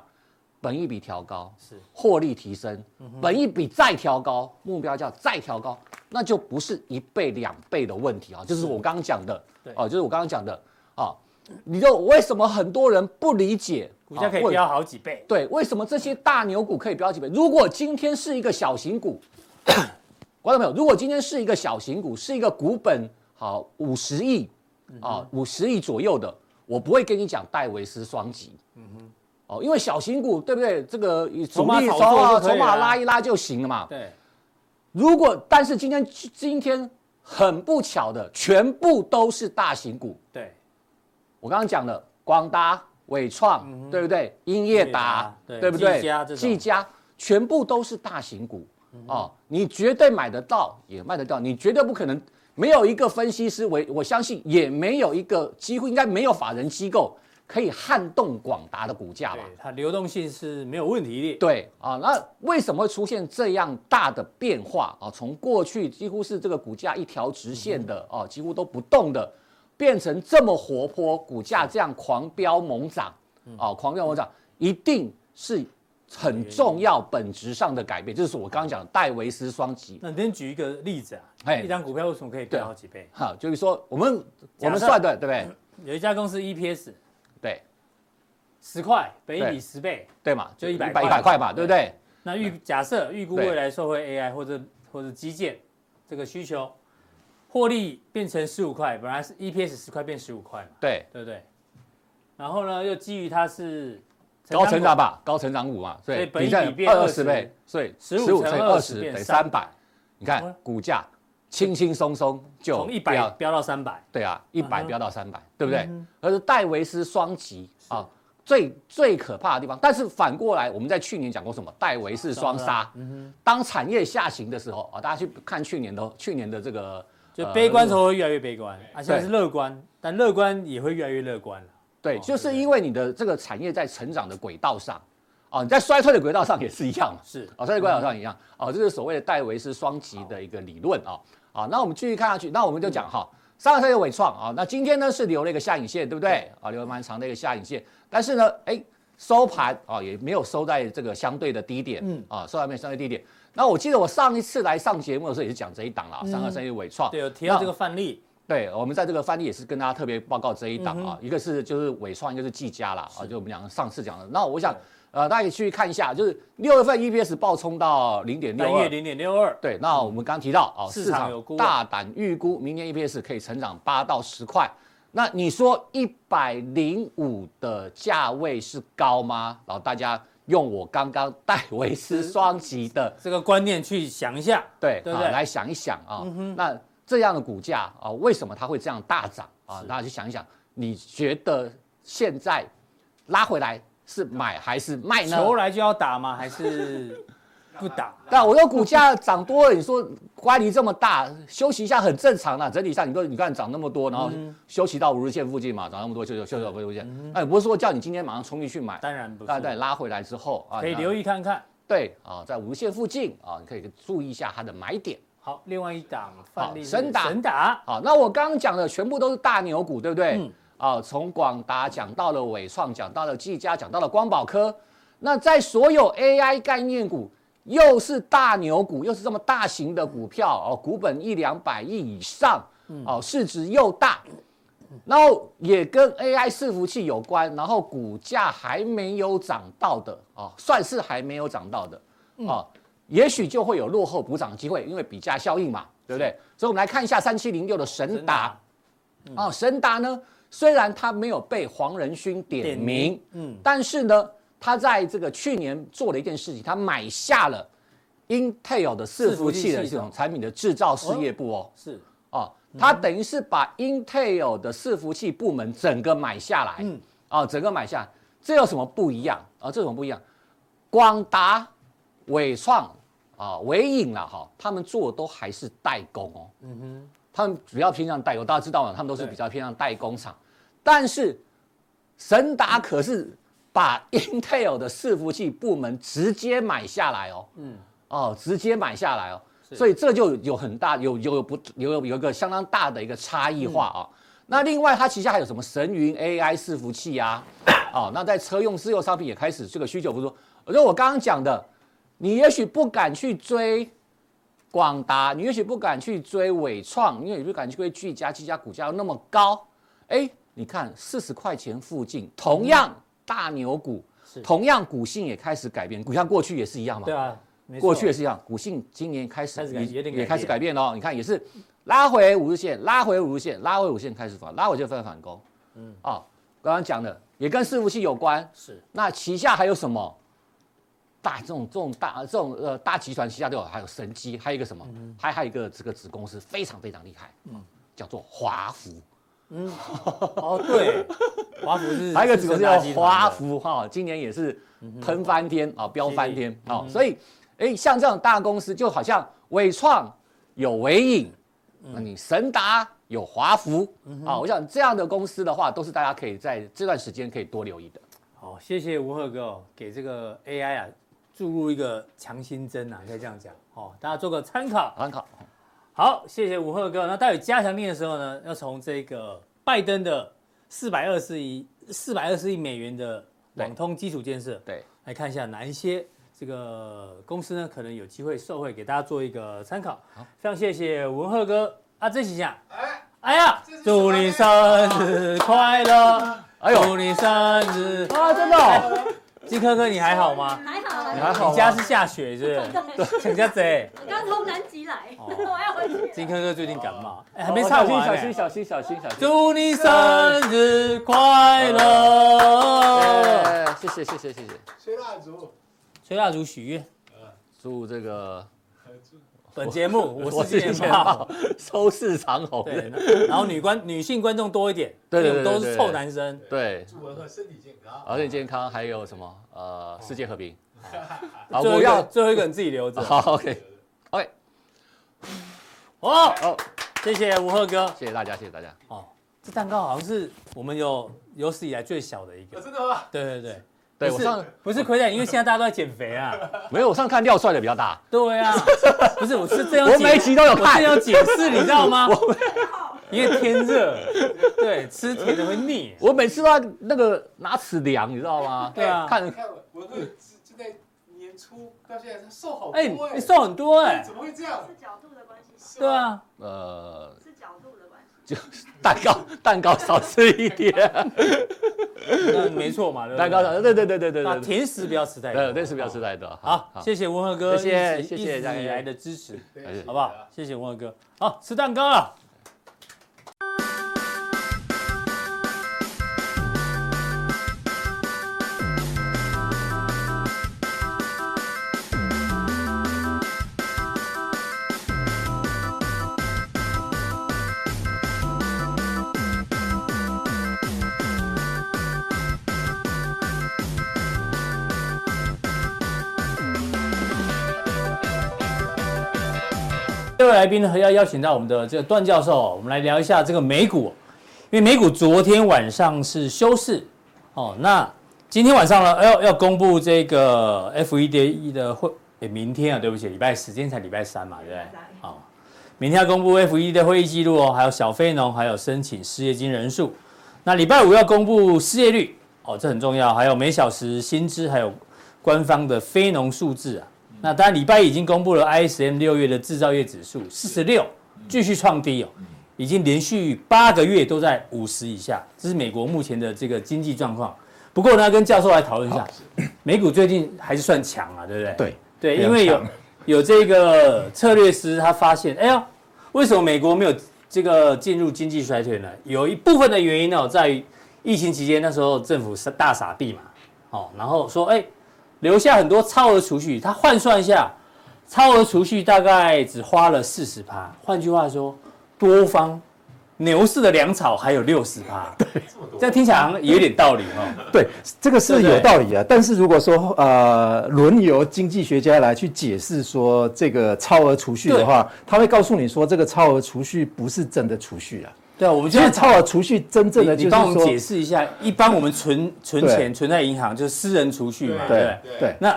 Speaker 3: 本益比调高，是获利提升，
Speaker 5: 嗯
Speaker 3: 本益比再调高，目标价再调高，那就不是一倍两倍的问题啊，就是我刚刚讲的，哦，就是我刚刚讲的啊。你就为什么很多人不理解
Speaker 5: 股价可以
Speaker 3: 啊为
Speaker 5: 飙好几倍，
Speaker 3: 对，为什么这些大牛股可以标几倍？如果今天是一个小 型股，观众朋友，如果今天是一个小型股，是一个股本好五十亿
Speaker 1: 嗯
Speaker 3: 啊，五十亿左右的，我不会跟你讲戴维斯双极。嗯哼，哦，因为小型股对不对？这个以主
Speaker 1: 筹码
Speaker 3: 力
Speaker 1: 炒
Speaker 3: 筹
Speaker 1: 作
Speaker 3: 码
Speaker 1: 就可
Speaker 3: 筹
Speaker 1: 以
Speaker 3: 码
Speaker 1: 了
Speaker 3: 拉一拉就行了嘛。
Speaker 1: 对，
Speaker 3: 如果但是今天今天很不巧的，全部都是大型股。
Speaker 1: 对，
Speaker 3: 我刚刚讲了，广达、伟创，对不对？英业达，
Speaker 1: 嗯英业达对
Speaker 3: 对不对？
Speaker 1: 技嘉这种嗯
Speaker 3: 技嘉全部都是大型股哦，你绝对买得到，也卖得掉，你绝对不可能没有一个分析师，我我相信也没有一个几乎应该没有法人机构可以撼动广达的股价吧
Speaker 5: 对，？它流动性是没有问题的。
Speaker 3: 对啊，那为什么会出现这样大的变化啊？从过去几乎是这个股价一条直线的哦、啊，几乎都不动的，变成这么活泼，股价这样狂飙猛涨啊，狂飙猛涨，一定是很重要本质上的改变，就是我刚刚讲的戴维斯双极。
Speaker 5: 那你先举一个例子啊，
Speaker 3: 哎
Speaker 5: 一张股票为什么可以
Speaker 3: 对啊
Speaker 5: 飙好几倍？
Speaker 3: 哈，就是说我们我
Speaker 5: 假
Speaker 3: 们
Speaker 5: 设
Speaker 3: 算对对不对？
Speaker 5: 有一家公司 EPS
Speaker 3: 对
Speaker 5: 十块，本益比
Speaker 3: 对
Speaker 5: 十倍，
Speaker 3: 对嘛，
Speaker 5: 就100
Speaker 3: 百一百块嘛，对不对？
Speaker 5: 那预假设预估
Speaker 3: 对
Speaker 5: 未来社会 AI 或者或者基建这个需求，获利变成十五块，本来是 EPS 十块变十五块嘛，
Speaker 3: 对，
Speaker 5: 对不对？然后呢，又基于它是
Speaker 3: 高成长
Speaker 5: 吧，
Speaker 3: 吧，高成长股嘛，所
Speaker 5: 所
Speaker 3: 以
Speaker 5: 以本益
Speaker 3: 你看
Speaker 5: 比变
Speaker 3: 二十
Speaker 5: 20
Speaker 3: 倍，所以
Speaker 5: 15
Speaker 3: 15
Speaker 5: 乘
Speaker 3: 乘
Speaker 5: 20
Speaker 3: 20
Speaker 5: 变
Speaker 3: 等
Speaker 5: 300
Speaker 3: 于三百，你
Speaker 5: 哇
Speaker 3: 看股价轻轻松松就
Speaker 5: 从一
Speaker 3: 飙
Speaker 5: 百飙到三百，
Speaker 3: 对啊，一百
Speaker 5: 嗯哼
Speaker 3: 飙到三百，对不对？而是戴维斯双极啊，最最可怕的地方。但是反过来，我们在去年讲过什么？戴维斯双杀。
Speaker 5: 嗯
Speaker 3: 当产业下行的时候啊，大家去看去年的去年的这个
Speaker 5: 就
Speaker 3: 呃
Speaker 5: 悲观的时候会越来越悲观，啊，现在是乐观，但乐观也会越来越乐观了。
Speaker 3: 对，
Speaker 5: 哦
Speaker 3: 就是
Speaker 5: 对
Speaker 3: 因为你的这个产业在成长的轨道上，啊，你在衰退的轨道上也是一样嘛。
Speaker 5: 是
Speaker 3: 哦，在这个观点上一样，哦，这是所谓的戴维斯双极的一个理论啊。好，那我们继续看下去，那我们就讲哈，上个赛季的伟创啊，那今天呢是留了一个下影线，对不对？啊，留了蛮长的一个下影线，但是呢，哎，收盘啊也没有收在这个相对的低点，嗯，啊，收在没有相对低点。那我记得我上一次来上节目的时候也是讲这一档啦，上个赛季的伟创，
Speaker 5: 嗯对，有提到
Speaker 3: 那
Speaker 5: 这个范例，
Speaker 3: 对，我们在这个翻译也是跟大家特别报告这一档
Speaker 5: 嗯
Speaker 3: 啊，一个是就是伟创，一个是技嘉啦，啊，就我们两个上次讲的。那我想，呃，大家可以去看一下，就是六月份 E EPS 暴冲到零点
Speaker 5: 单
Speaker 3: 六
Speaker 5: 月
Speaker 3: 二，
Speaker 5: 零点六二，
Speaker 3: 对，那我们刚提到啊，
Speaker 5: 市
Speaker 3: 市
Speaker 5: 场
Speaker 3: 场
Speaker 5: 有估啊
Speaker 3: 大胆预估明年 EPS 可以成长八到十块。那你说一百零五的价位是高吗？然后大家用我刚刚戴维斯双极的
Speaker 5: 这个观念去想一下，
Speaker 3: 对，
Speaker 5: 对不
Speaker 3: 啊
Speaker 5: 对嗯
Speaker 3: 来想一想啊，那这样的股价啊，为什么它会这样大涨啊？大家去想一想，你觉得现在拉回来是买还是卖呢？
Speaker 5: 球来就要打吗？还是不 打？
Speaker 3: 那啊我说股价涨多了，你说乖离这么大，休息一下很正常啦。啊整理一下，你说你看涨那么多，然后
Speaker 5: 嗯
Speaker 3: 休息到五日线附近嘛，涨那么多，休息休息到五日线，那也不是说叫你今天马上冲进去买，
Speaker 5: 当然嗯不
Speaker 3: 大家
Speaker 5: 是，
Speaker 3: 拉回来之后啊，
Speaker 5: 可以
Speaker 3: 那
Speaker 5: 留意看看。
Speaker 3: 对啊，在五日线附近啊，你可以注意一下它的买点。
Speaker 5: 好，另外一档范例是
Speaker 3: 神打
Speaker 5: 神打，
Speaker 3: 好，那我刚刚讲的全部都是大牛股，对不对？啊，从广达讲到了伟创，讲到了技嘉，讲到了光宝科。那在所有 AI 概念股，又是大牛股，又是这么大型的股票哦，股本一两百亿以上，哦，市值又大，然后也跟 AI 伺服器有关，然后股价还没有涨到的哦，算是还没有涨到的
Speaker 1: 嗯
Speaker 3: 哦，也许就会有落后补涨的机会，因为比价效应嘛，对不对？所以我们来看一下三七零六的神
Speaker 5: 神
Speaker 3: 达
Speaker 5: 达，
Speaker 1: 嗯
Speaker 3: 哦，神达呢，虽然它没有被黄仁勋点
Speaker 1: 点
Speaker 3: 名
Speaker 1: 名，嗯，
Speaker 3: 但是呢，他在这个去年做了一件事情，他买下了 Intel 的伺服器的
Speaker 1: 伺服器系
Speaker 3: 这
Speaker 1: 统
Speaker 3: 种产品的制造事业部哦，
Speaker 1: 是
Speaker 3: 哦，他等于是把 Intel 的伺服器部门整个买下来，嗯，哦，整个买下来，这有什么不一样啊、这有什么不一样？广达、伟创啊、伟影啦，哈，他们做的都还是代工哦，嗯哼，他们比较偏向代工，大家知道嘛，他们都是
Speaker 5: 对
Speaker 3: 比较偏向代工厂，但是神达可是把 Intel 的伺服器部门直接买下来哦，嗯，哦，直接买下来哦，所以这就有很大有有有不有有有一个相当大的一个差异化啊、那另外它旗下还有什么神云 AI 伺服器啊，哦，那在车用、自用商品也开始这个需求不错。而且我刚刚讲的，你也许不敢去追广达，你也许不敢去追伟创，你也许不敢去追巨家，巨家股价又那么高，哎，你看四十块钱附近，同样大牛股，同样股性也开始改变，股像过去也是一样嘛，
Speaker 1: 对啊，没错
Speaker 3: 过去也是一样，股性今年开始
Speaker 1: 开始改有
Speaker 3: 也
Speaker 1: 点
Speaker 3: 也
Speaker 1: 改
Speaker 3: 开始
Speaker 1: 变
Speaker 3: 改变了哦，你看也是拉回五日线，拉回五日线，拉回五日线开始反，拉回就分反攻。嗯，哦，刚刚讲的也跟伺服器有关。
Speaker 1: 是，
Speaker 3: 那旗下还有什么？大这种这种大这种呃大集团旗下都有，还有神机，还有一个什么？
Speaker 1: 嗯
Speaker 3: 还还有一个这个子公司非常非常厉害，嗯，叫做华孚。
Speaker 1: 哦对，华府是
Speaker 3: 还有一个指数叫华
Speaker 1: 府，
Speaker 3: 孚哈，今年也是
Speaker 1: 嗯
Speaker 3: 喷翻天啊，飙翻天啊，所以哎，像这种大公司，就好像伟创有伟影，
Speaker 1: 嗯
Speaker 3: 那你神达有华孚啊，我想这样的公司的话，都是大家可以在这段时间可以多留意的。
Speaker 1: 好，谢谢吴赫哥哦，给这个 AI 啊注入一个强心针啊，可以这样讲哦，大家做个参考。
Speaker 3: 参考
Speaker 1: 好，谢谢吴赫哥。那待会加强力的时候呢，要从这个拜登的四百二十亿、四百二十亿美元的网通基础建设，
Speaker 3: 对，
Speaker 1: 来看一下哪一些这个公司呢，可能有机会受惠，给大家做一个参考。非常谢谢文赫哥啊，这几下，哎呀，祝你生日快乐！
Speaker 3: 哎呦
Speaker 1: 祝你生日！
Speaker 3: 啊，真的哦，
Speaker 1: 金科科，你还好吗？
Speaker 6: 还好啦，
Speaker 3: 你还好吗
Speaker 1: 你家是下雪是不
Speaker 6: 对，
Speaker 1: 是？请家贼。
Speaker 6: 我刚从南极来，
Speaker 1: 哦
Speaker 6: 我要回去。
Speaker 1: 金科科最近感冒，哎还没
Speaker 3: 哦
Speaker 1: 欸唱完呢。
Speaker 3: 小心小心小心。
Speaker 1: 祝你生日快乐！
Speaker 3: 哎谢谢谢谢谢谢，
Speaker 7: 吹蜡烛，
Speaker 1: 崔大如许愿，
Speaker 3: 祝这个
Speaker 1: 本节 目我是金钱豹。
Speaker 3: 报收视长虹。
Speaker 1: 对，然后女观女性观众多一点，
Speaker 3: 对对
Speaker 1: 因为我们都
Speaker 3: 对对
Speaker 1: 是
Speaker 3: 对
Speaker 1: 臭男生。
Speaker 3: 对，
Speaker 7: 祝文和身体健康。
Speaker 3: 而且健康，还有什么？呃，世界和 平。啊，
Speaker 1: 最后
Speaker 3: 我
Speaker 1: 一个
Speaker 3: 要
Speaker 1: 最后一个人自己留着。
Speaker 3: 好，OK，
Speaker 1: 哦，
Speaker 3: 好，
Speaker 1: 谢谢吴赫哥。
Speaker 3: 谢谢大家，谢谢大家。
Speaker 1: 哦，这蛋糕好像是我们有有史以来最小的一
Speaker 7: 啊
Speaker 3: 哦
Speaker 1: 个。
Speaker 7: 真的吗？
Speaker 1: 对对对，
Speaker 3: 对
Speaker 1: 不
Speaker 3: 我
Speaker 1: 是
Speaker 3: 上
Speaker 1: 不是亏待你，因为现在大家都在减肥啊。
Speaker 3: 没有，我上看廖帅的比较大，
Speaker 1: 对啊，不是我是这样，
Speaker 3: 我每一集都有
Speaker 1: 我
Speaker 3: 看
Speaker 1: 是。要解释，你知道 吗？因为天热，对，吃甜的会腻。
Speaker 3: 我每次都要那个拿尺量，你知道吗？
Speaker 1: 对啊
Speaker 3: 哎看
Speaker 7: 你看文和就就在年初到现在，他瘦好多
Speaker 1: 哎，
Speaker 7: 哎
Speaker 1: 你，你瘦很多哎、
Speaker 7: 怎么会这样？
Speaker 6: 是角度的关系，
Speaker 7: 是
Speaker 1: 对
Speaker 7: 吗，
Speaker 1: 啊，
Speaker 3: 呃，
Speaker 6: 是角度的关系。
Speaker 3: 蛋糕 蛋糕少吃一 点，
Speaker 1: 啊那没错嘛，对不对
Speaker 3: 蛋糕少，对对对对对
Speaker 1: 那
Speaker 3: 对对，
Speaker 1: 甜食不要吃太多，
Speaker 3: 对，但是不要吃太多。
Speaker 1: 好，谢谢文和哥，
Speaker 3: 谢谢
Speaker 1: 一直
Speaker 3: 谢谢
Speaker 1: 一直
Speaker 3: 大家
Speaker 1: 以来的支持，
Speaker 7: 对
Speaker 3: 还是
Speaker 7: 谢谢
Speaker 1: 好不好
Speaker 7: 啊？
Speaker 1: 谢谢文和哥，好吃蛋糕啊了。这位来宾呢，要邀请到我们的这个段教授，我们来聊一下这个美股，因为美股昨天晚上是休市哦，那今天晚上呢，要要公布这个 E FED 的会，诶明天啊，对不起，礼拜四，今天才礼拜三嘛，对不对
Speaker 6: 礼拜？
Speaker 1: 好、E 明天要公布 FED 的会议记录哦，还有小非农，还有申请失业金人数。那礼拜五要公布失业率哦，这很重要，还有每小时薪资，还有官方的非农数字啊。那当然礼拜一已经公布了 ISM 六月的制造业指数四十六，继续创低哦，已经连续八个月都在五十以下，这是美国目前的这个经济状况。不过呢，跟教授来讨论一下， 美股最近还是算强啊，对不对？
Speaker 2: 对
Speaker 1: 对，
Speaker 2: 非常
Speaker 1: 因为有
Speaker 2: 强
Speaker 1: 有这个策略师他发现，哎呀，为什么美国没有这个进入经济衰退呢？有一部分的原因呢，在于疫情期间那时候政府是大傻逼嘛，哦，然后说哎，留下很多超额储蓄，他换算一下，超额储蓄大概只花了四十趴，换句话说，多方牛市的粮草还有六十趴，这样听起来好像有点道理哦。
Speaker 2: 对，这个
Speaker 1: 对
Speaker 2: 是
Speaker 1: 不对
Speaker 2: 有道理啊。但是如果说呃，轮由经济学家来去解释说这个超额储蓄的话，他会告诉你说，这个超额储蓄不是真的储蓄啊。
Speaker 1: 对啊，我们
Speaker 2: 其
Speaker 1: 现在
Speaker 2: 实超额储蓄真正的
Speaker 1: 你
Speaker 2: 就
Speaker 1: 你
Speaker 2: 是
Speaker 1: 帮我们解
Speaker 2: 说，
Speaker 1: 释一下，一般我们存存
Speaker 2: 对
Speaker 1: 钱存在银行就是私人储蓄嘛，对
Speaker 2: 对
Speaker 1: 不对？
Speaker 2: 对
Speaker 7: 对
Speaker 1: 那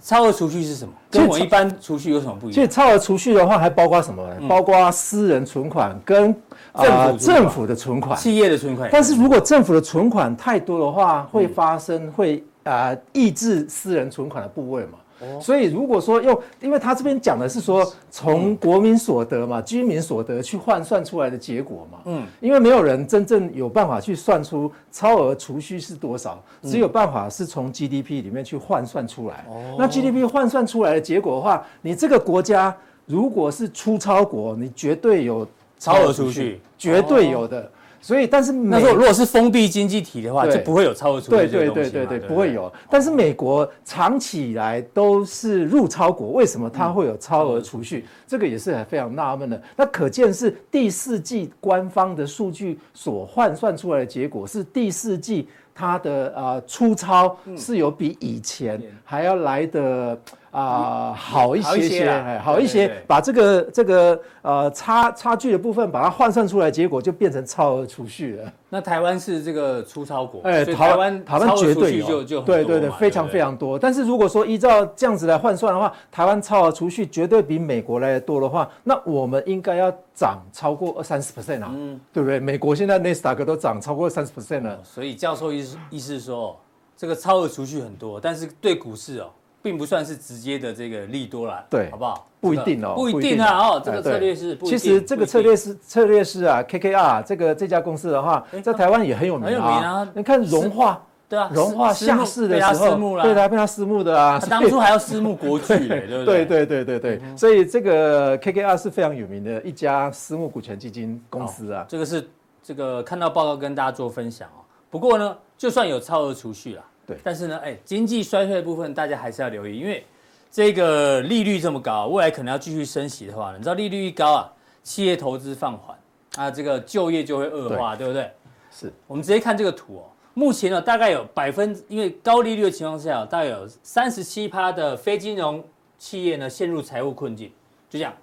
Speaker 1: 超额储蓄是什么？
Speaker 2: 其实
Speaker 1: 跟我
Speaker 2: 超
Speaker 1: 一般储蓄有什么不一
Speaker 2: 其
Speaker 1: 样嗯
Speaker 2: 实？超额储蓄的话还包括什么呢？包括私人存款跟啊
Speaker 1: 政府存款
Speaker 2: 政府的存款。
Speaker 1: 企业的存款，
Speaker 2: 但是如果政府的存款太多的话，
Speaker 1: 嗯
Speaker 2: 会发生会啊、呃抑制私人存款的部位嘛。
Speaker 1: 哦
Speaker 2: 所以如果说用，因为他这边讲的是
Speaker 1: 嗯
Speaker 2: 说从国民所得嘛、居民所得去换算出来的结果嘛，嗯，因为没有人真正有办法去算出超额储蓄是多少，
Speaker 1: 嗯
Speaker 2: 只有办法是从 GDP 里面去换算出来。
Speaker 1: 哦
Speaker 2: 那 GDP 换算出来的结果的话，你这个国家如果是出超国，你绝对有
Speaker 1: 超额储蓄，
Speaker 2: 绝对有的。所以，但是
Speaker 1: 那
Speaker 2: 美
Speaker 1: 时
Speaker 2: 国
Speaker 1: 候如果是封闭经济体的话，
Speaker 2: 对
Speaker 1: 就不会有超额储
Speaker 2: 对
Speaker 1: 蓄这个
Speaker 2: 对
Speaker 1: 东西
Speaker 2: 对
Speaker 1: 嘛
Speaker 2: 对对，
Speaker 1: 对，
Speaker 2: 不会。有。但是美国长期以来都是入超国，为什么它会有超额储蓄？
Speaker 1: 嗯
Speaker 2: 这个也是很非常纳闷的。那可见是第四季官方的数据所换算出来的结果是第四季它的呃出超
Speaker 1: 嗯
Speaker 2: 是有比以前还要来的。啊、好一
Speaker 1: 嗯好一
Speaker 2: 些
Speaker 1: 些
Speaker 2: 些，
Speaker 1: 啦
Speaker 2: 哎好一
Speaker 1: 对
Speaker 2: 些
Speaker 1: 对对，
Speaker 2: 把这个这个呃差差距的部分，把它换算出来，结果就变成超额储蓄了。
Speaker 1: 那台湾是这个出超国，
Speaker 2: 哎，
Speaker 1: 所以
Speaker 2: 台
Speaker 1: 台
Speaker 2: 湾
Speaker 1: 湾
Speaker 2: 台湾
Speaker 1: 超额
Speaker 2: 绝
Speaker 1: 储
Speaker 2: 对
Speaker 1: 蓄
Speaker 2: 有，
Speaker 1: 就就很
Speaker 2: 对
Speaker 1: 多
Speaker 2: 对
Speaker 1: 嘛
Speaker 2: 对，非常
Speaker 1: 不
Speaker 2: 非常多。但是如果说依照这样子来换算的话，台湾超额储蓄绝对比美国来的多的话，那我们应该要涨超过二三十 percent 啊，
Speaker 1: 嗯
Speaker 2: 对不对？美国现在纳斯达克都涨超过三
Speaker 1: 哦
Speaker 2: 十 percent 了。
Speaker 1: 所以教授意思意思说，这个超额储蓄很多，但是对股市哦，并不算是直接的这个利多啦，
Speaker 2: 对
Speaker 1: 好不好？
Speaker 2: 不一
Speaker 1: 这个
Speaker 2: 定哦，
Speaker 1: 不一定啊，哦，这
Speaker 2: 哎
Speaker 1: 个
Speaker 2: 对
Speaker 1: 策略是不一
Speaker 2: 其
Speaker 1: 定，
Speaker 2: 实这
Speaker 1: 不一
Speaker 2: 个策
Speaker 1: 定
Speaker 2: 略师策略师啊，KKR 这个这家公司的话，在台湾也很有名
Speaker 1: 很有名啊
Speaker 2: 啊。你看融化，
Speaker 1: 对啊，
Speaker 2: 融化
Speaker 1: 私私募
Speaker 2: 下市
Speaker 1: 被
Speaker 2: 的
Speaker 1: 他
Speaker 2: 时候
Speaker 1: 私募，啦，啊
Speaker 2: 对他被他私募的啊，
Speaker 1: 他
Speaker 2: 所以
Speaker 1: 当初还要私募国巨嘞，对不
Speaker 2: 对
Speaker 1: 对？嗯
Speaker 2: 对对对对，所以这个 KKR 是非常有名的一家私募股权基金公司啊。
Speaker 1: 这个是这个看到报告跟大家做分享哦。不过呢，就算有超额储蓄啦，
Speaker 2: 对
Speaker 1: 但是呢，哎，经济衰退的部分大家还是要留意，因为这个利率这么高，未来可能要继续升息的话，你知道利率一高啊，企业投资放缓啊，这个就业就会恶化，对不对？
Speaker 2: 是
Speaker 1: 我们直接看这个图哦。目前呢，大概有百分，因为高利率的情况下，大概有三十七趴的非金融企业呢陷入财务困境，就这样，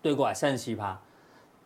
Speaker 1: 对过来三十七趴。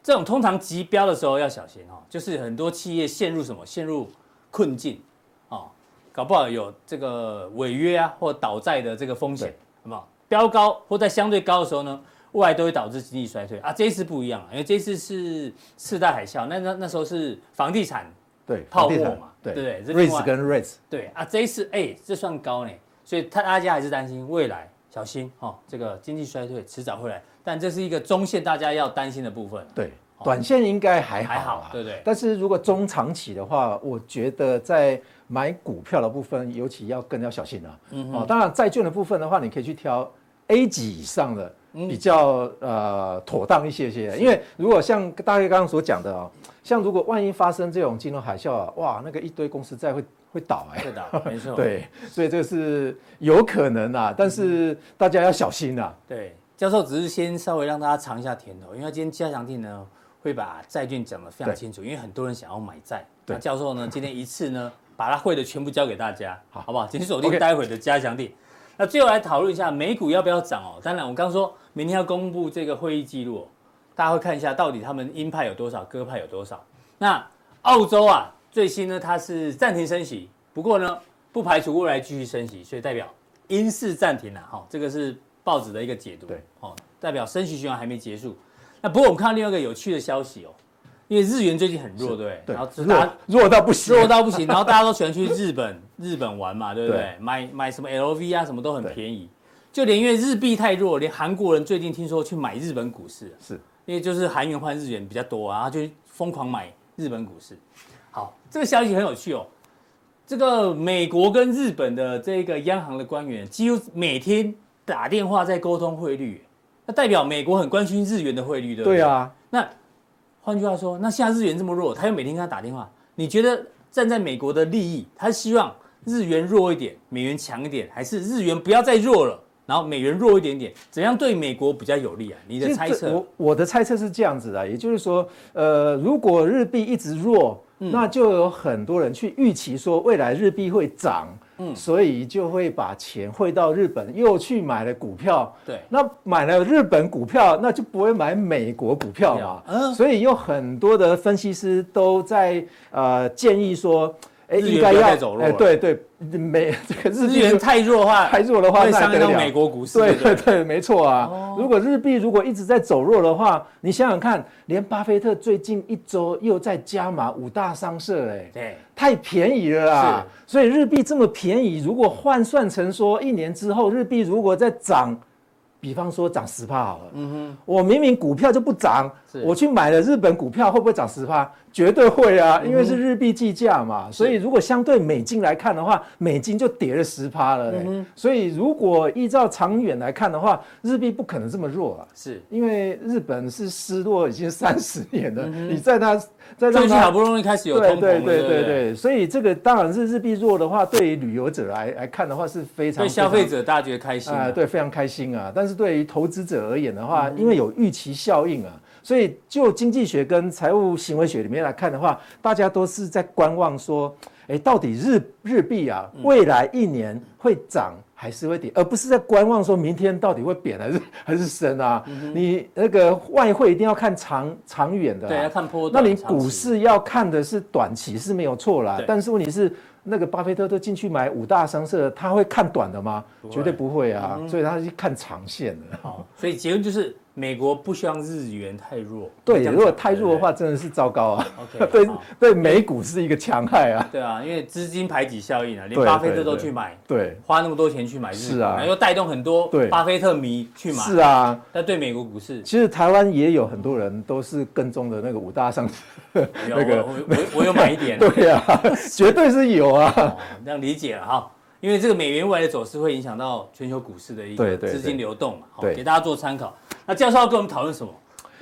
Speaker 1: 这种通常急标的时候要小心哦，就是很多企业陷入什么陷入困境哦，搞不好有这个违约啊或倒债的这个风险，好不好？标高或在相对高的时候呢，未来都会导致经济衰退啊。这一次不一样啊，因为这一次是次贷海啸，那那那时候是房地产
Speaker 2: 对，
Speaker 1: 泡沫
Speaker 2: 房地产
Speaker 1: 嘛
Speaker 2: 对
Speaker 1: 对不对这另外
Speaker 2: REITs 跟 REITs
Speaker 1: 对啊，这一次哎、这算高呢，所以他大家还是担心未来小心哦，这个经济衰退迟早会来，但这是一个中线大家要担心的部分。
Speaker 2: 对，短线应该还哎
Speaker 1: 哦
Speaker 2: 好啊
Speaker 1: 还好
Speaker 2: 啦
Speaker 1: 对不对
Speaker 2: 但是如果中长期的话，我觉得在买股票的部分，尤其要更要小心了。
Speaker 1: 嗯
Speaker 2: 哦，当然债券的部分的话，你可以去挑 A 级以上的。
Speaker 1: 嗯
Speaker 2: 比较呃妥当一些些，因为如果像大家刚刚所讲的哦，像如果万一发生这种金融海啸啊，哇，那个一堆公司债会会倒哎、
Speaker 1: 对的，没错。
Speaker 2: 对，所以这个是有可能啊，但是大家要小心啊。
Speaker 1: 对，教授只是先稍微让大家尝一下甜头，因为他今天加强定呢会把债券讲得非常
Speaker 2: 对
Speaker 1: 清楚，因为很多人想要买债。
Speaker 2: 对
Speaker 1: 那教授呢今天一次呢把他会的全部教给大家，好不好？请锁定
Speaker 2: OK
Speaker 1: 待会的加强定。那最后来讨论一下美股要不要涨哦。当然，我刚说明天要公布这个会议记录哦、大家会看一下到底他们鹰派有多少，鸽派有多少。那澳洲啊，最新呢它是暂停升息，不过呢不排除未来继续升息，所以代表英式暂停了、哈、这个是报纸的一个解读，
Speaker 2: 对，
Speaker 1: 哦，代表升息循环还没结束。那不过我们看到另外一个有趣的消息哦，因因为日元最近很弱，对不对？
Speaker 2: 对
Speaker 1: 然后就大
Speaker 2: 弱
Speaker 1: 家
Speaker 2: 弱到不行，啊
Speaker 1: 弱到不行，然后大家都喜欢去日本 日本玩嘛，对不对？
Speaker 2: 对
Speaker 1: 买买什么 LV 啊，什么都很
Speaker 2: 对
Speaker 1: 便宜。就连因为日币太弱，连韩国人最近听说去买日本股市，
Speaker 2: 是
Speaker 1: 因为就是韩元换日元比较多啊，他就疯狂买日本股市。好，这个消息很有趣哦。这个美国跟日本的这个央行的官员几乎每天打电话在沟通汇率，那代表美国很关心日元的汇率，对不对？
Speaker 2: 对。啊，
Speaker 1: 那换句话说，那现在日元这么弱，他又每天跟他打电话，你觉得站在美国的利益，他希望日元弱一点，美元强一点，还是日元不要再弱了，然后美元弱一点点，怎样对美国比较有利啊？你
Speaker 2: 其
Speaker 1: 的
Speaker 2: 实
Speaker 1: 猜
Speaker 2: 这
Speaker 1: 测？
Speaker 2: 我我的猜测是这样子啊的，也就是说，呃，如果日币一直弱，
Speaker 1: 嗯
Speaker 2: 那就有很多人去预期说未来日币会涨，
Speaker 1: 嗯
Speaker 2: 所以就会把钱汇到日本，又去买了股票。
Speaker 1: 对
Speaker 2: 那买了日本股票，那就不会买美国股票嘛。
Speaker 1: 嗯
Speaker 2: 所以有很多的分析师都在呃建议说。哎，
Speaker 1: 日元
Speaker 2: 应该
Speaker 1: 不要
Speaker 2: 要
Speaker 1: 再走弱了
Speaker 2: 对对，美这个日
Speaker 1: 日
Speaker 2: 币
Speaker 1: 元
Speaker 2: 就
Speaker 1: 太弱的话，
Speaker 2: 太弱的话
Speaker 1: 会
Speaker 2: 那还
Speaker 1: 伤害
Speaker 2: 得
Speaker 1: 到
Speaker 2: 了
Speaker 1: 美国股市。哦
Speaker 2: 对
Speaker 1: 对不
Speaker 2: 对
Speaker 1: 对
Speaker 2: 对，没错啊。如果日币如果一直在走弱的话，你想想看，连巴菲特最近一周又在加码五大商社、哎，
Speaker 1: 对，
Speaker 2: 太便宜了啦。所以日币这么便宜，如果换算成说一年之后日币如果再涨，比方说涨十帕好了，嗯哼，我明明股票就不涨
Speaker 1: 是，
Speaker 2: 我去买了日本股票会不会涨十帕？绝对会
Speaker 1: 嗯
Speaker 2: 啊，因为是日币计价嘛。所以如果相对美金来看的话，美金就跌了十帕了、欸
Speaker 1: 嗯
Speaker 2: 所以如果依照长远来看的话，日币不可能这么弱啊。
Speaker 1: 是。
Speaker 2: 因为日本是失落已经三十年了，你在它在
Speaker 1: 嗯
Speaker 2: 让
Speaker 1: 最近
Speaker 2: 它
Speaker 1: 好不容易开始有通膨
Speaker 2: 对
Speaker 1: 了，
Speaker 2: 对对
Speaker 1: 不
Speaker 2: 对对，所以这个当然是日币弱的话，对于旅游者来来看的话是非常
Speaker 1: 对消费
Speaker 2: 非
Speaker 1: 者大家觉得开心
Speaker 2: 常
Speaker 1: 啊
Speaker 2: 啊、对非常开心啊。但是对于投资者而言的
Speaker 1: 嗯
Speaker 2: 话，因为有预期效应啊，所以就经济学跟财务行为学里面来看的话，大家都是在观望说，哎，到底日日币啊
Speaker 1: 嗯
Speaker 2: 未来一年会涨。还是会跌，而不是在观望说明天到底会贬还是还是升啊？
Speaker 1: 嗯
Speaker 2: 你那个外汇一定要看长长远的、啊，
Speaker 1: 对要看波
Speaker 2: 那
Speaker 1: 段。
Speaker 2: 你
Speaker 1: 长期
Speaker 2: 股市要看的是短期是没有错啦
Speaker 1: 对，
Speaker 2: 但是问题是，那个巴菲特都进去买五大商社，他会看短的吗？绝对不会啊，
Speaker 1: 嗯
Speaker 2: 所以他是看长线的。
Speaker 1: 好，所以结论就是美国不希望日元太弱。
Speaker 2: 对，
Speaker 1: 这样
Speaker 2: 如果
Speaker 1: 讲
Speaker 2: 太弱的，
Speaker 1: 对
Speaker 2: 话，真的是糟糕啊
Speaker 1: OK，。
Speaker 2: 对
Speaker 1: 好
Speaker 2: 对，美股是一个强害啊
Speaker 1: 不。对对啊，因为资金排挤效应啊，连
Speaker 2: 对
Speaker 1: 巴菲特
Speaker 2: 对
Speaker 1: 都
Speaker 2: 对
Speaker 1: 去买，
Speaker 2: 对，
Speaker 1: 花那么多钱去买日股，
Speaker 2: 是啊
Speaker 1: 然后又带动很多
Speaker 2: 对
Speaker 1: 巴菲特迷去买，
Speaker 2: 是，啊，
Speaker 1: 但对美国股市，
Speaker 2: 其实台湾也有很多人都是跟踪的那个五大商社。
Speaker 1: 有
Speaker 2: 那个
Speaker 1: 我我我我有买一点，
Speaker 2: 对啊，绝对是有啊。
Speaker 1: 哦，这样理解了哈。因为这个美元未来的走势会影响到全球股市的一个
Speaker 2: 对对对
Speaker 1: 资金流动嘛，好，
Speaker 2: 对
Speaker 1: 给大家做参考。那教授要跟我们讨论什么？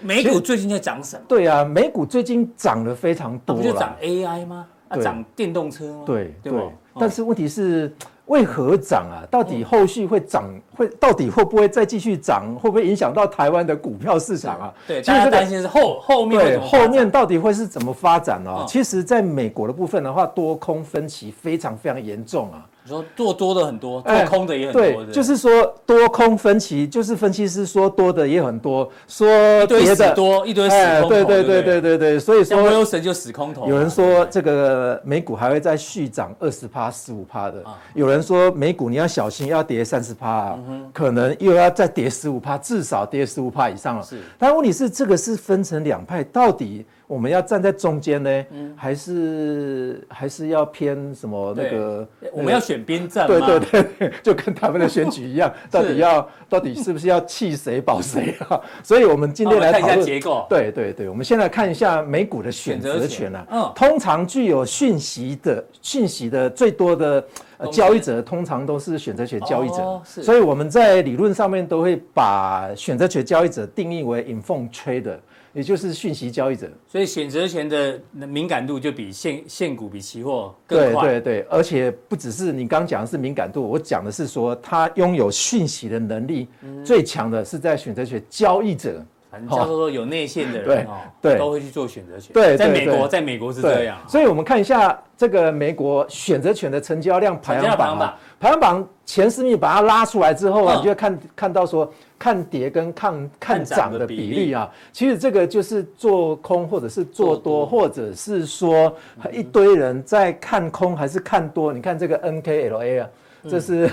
Speaker 1: 美股最近在涨什么？
Speaker 2: 对啊，美股最近涨得非常
Speaker 1: 它
Speaker 2: 多
Speaker 1: 哦不就
Speaker 2: 啦
Speaker 1: 涨 AI 吗？啊，
Speaker 2: 对
Speaker 1: 涨电动车吗？
Speaker 2: 对
Speaker 1: 对
Speaker 2: 对
Speaker 1: 吧哦，
Speaker 2: 但是问题是。为何涨啊？到底后续会涨，
Speaker 1: 嗯
Speaker 2: 会到底会不会再继续涨？会不会影响到台湾的股票市场啊？
Speaker 1: 对，
Speaker 2: 其
Speaker 1: 大家
Speaker 2: 实这
Speaker 1: 担
Speaker 2: 个
Speaker 1: 心是后后面会
Speaker 2: 对
Speaker 1: 怎么发展
Speaker 2: 后面到底会是怎么发展呢、啊
Speaker 1: 嗯
Speaker 2: 其实，在美国的部分的话，多空分歧非常非常严重啊。
Speaker 1: 你说做多的很多，做
Speaker 2: 哎
Speaker 1: 哦空的也很多，
Speaker 2: 对
Speaker 1: 不，
Speaker 2: 就是说多空分歧，就是分析师说多的也很多，说
Speaker 1: 一堆
Speaker 2: 跌
Speaker 1: 死
Speaker 2: 的
Speaker 1: 多，一堆死
Speaker 2: 哎，
Speaker 1: 空头，
Speaker 2: 对对
Speaker 1: 对
Speaker 2: 对
Speaker 1: 不
Speaker 2: 对对对，所以
Speaker 1: 像威
Speaker 2: 说
Speaker 1: 欧神就死空头嘛，啊
Speaker 2: 有人
Speaker 1: 对
Speaker 2: 说
Speaker 1: 不对
Speaker 2: 这个美股还会再续涨二十趴、十五趴的
Speaker 1: 啊，嗯
Speaker 2: 有人说美股你要小心，要跌三十趴啊，可能又要再跌十五趴，至少跌十五趴以上了。
Speaker 1: 是
Speaker 2: 但问题是，这个是分成两派，到底我们要站在中间呢，
Speaker 1: 嗯
Speaker 2: 还是还是要偏什么那个？
Speaker 1: 哎我们要选边站
Speaker 2: 对
Speaker 1: 嘛，
Speaker 2: 对对，对就跟他们的选举 一样，到底要到底是不是要弃谁保谁啊？ 所以我们今
Speaker 1: 那
Speaker 2: 天
Speaker 1: 我们看
Speaker 2: 来
Speaker 1: 一
Speaker 2: 讨
Speaker 1: 下
Speaker 2: 论
Speaker 1: 结构，
Speaker 2: 对对对，我们先来看一下美股的选择权啊。
Speaker 1: 选择权嗯
Speaker 2: 通常具有讯息的讯息的最多的、呃、
Speaker 1: 公司
Speaker 2: 交易者，通常都是选择权交易者。
Speaker 1: 哦是
Speaker 2: 所以我们在理论上面都会把选择权交易者定义为 informed trader，也就是讯息交易者。
Speaker 1: 所以选择权的敏感度就比现现股比期货更
Speaker 2: 对
Speaker 1: 快，
Speaker 2: 对对，而且不只是你刚讲的是敏感度，我讲的是说他拥有讯息的能力、
Speaker 1: 嗯
Speaker 2: 最强的是在选择权交易者。
Speaker 1: 反正教授说有内线的人哦，
Speaker 2: 对对
Speaker 1: 都会去做选择权，
Speaker 2: 对对
Speaker 1: 在美国
Speaker 2: 对
Speaker 1: 在美国是
Speaker 2: 对，
Speaker 1: 这样啊，
Speaker 2: 所以我们看一下这个美国选择权的成交量排行榜、
Speaker 1: 成交量排行榜
Speaker 2: 啊，排行榜前十名把它拉出来之后
Speaker 1: 嗯
Speaker 2: 啊，你就会看看到说看跌跟看看
Speaker 1: 涨
Speaker 2: 涨
Speaker 1: 的
Speaker 2: 的
Speaker 1: 比
Speaker 2: 比例啊，其实这个就是做空或者是做多，或者是说一堆人在看空还是看多。你看这个 NKLA 啊，这是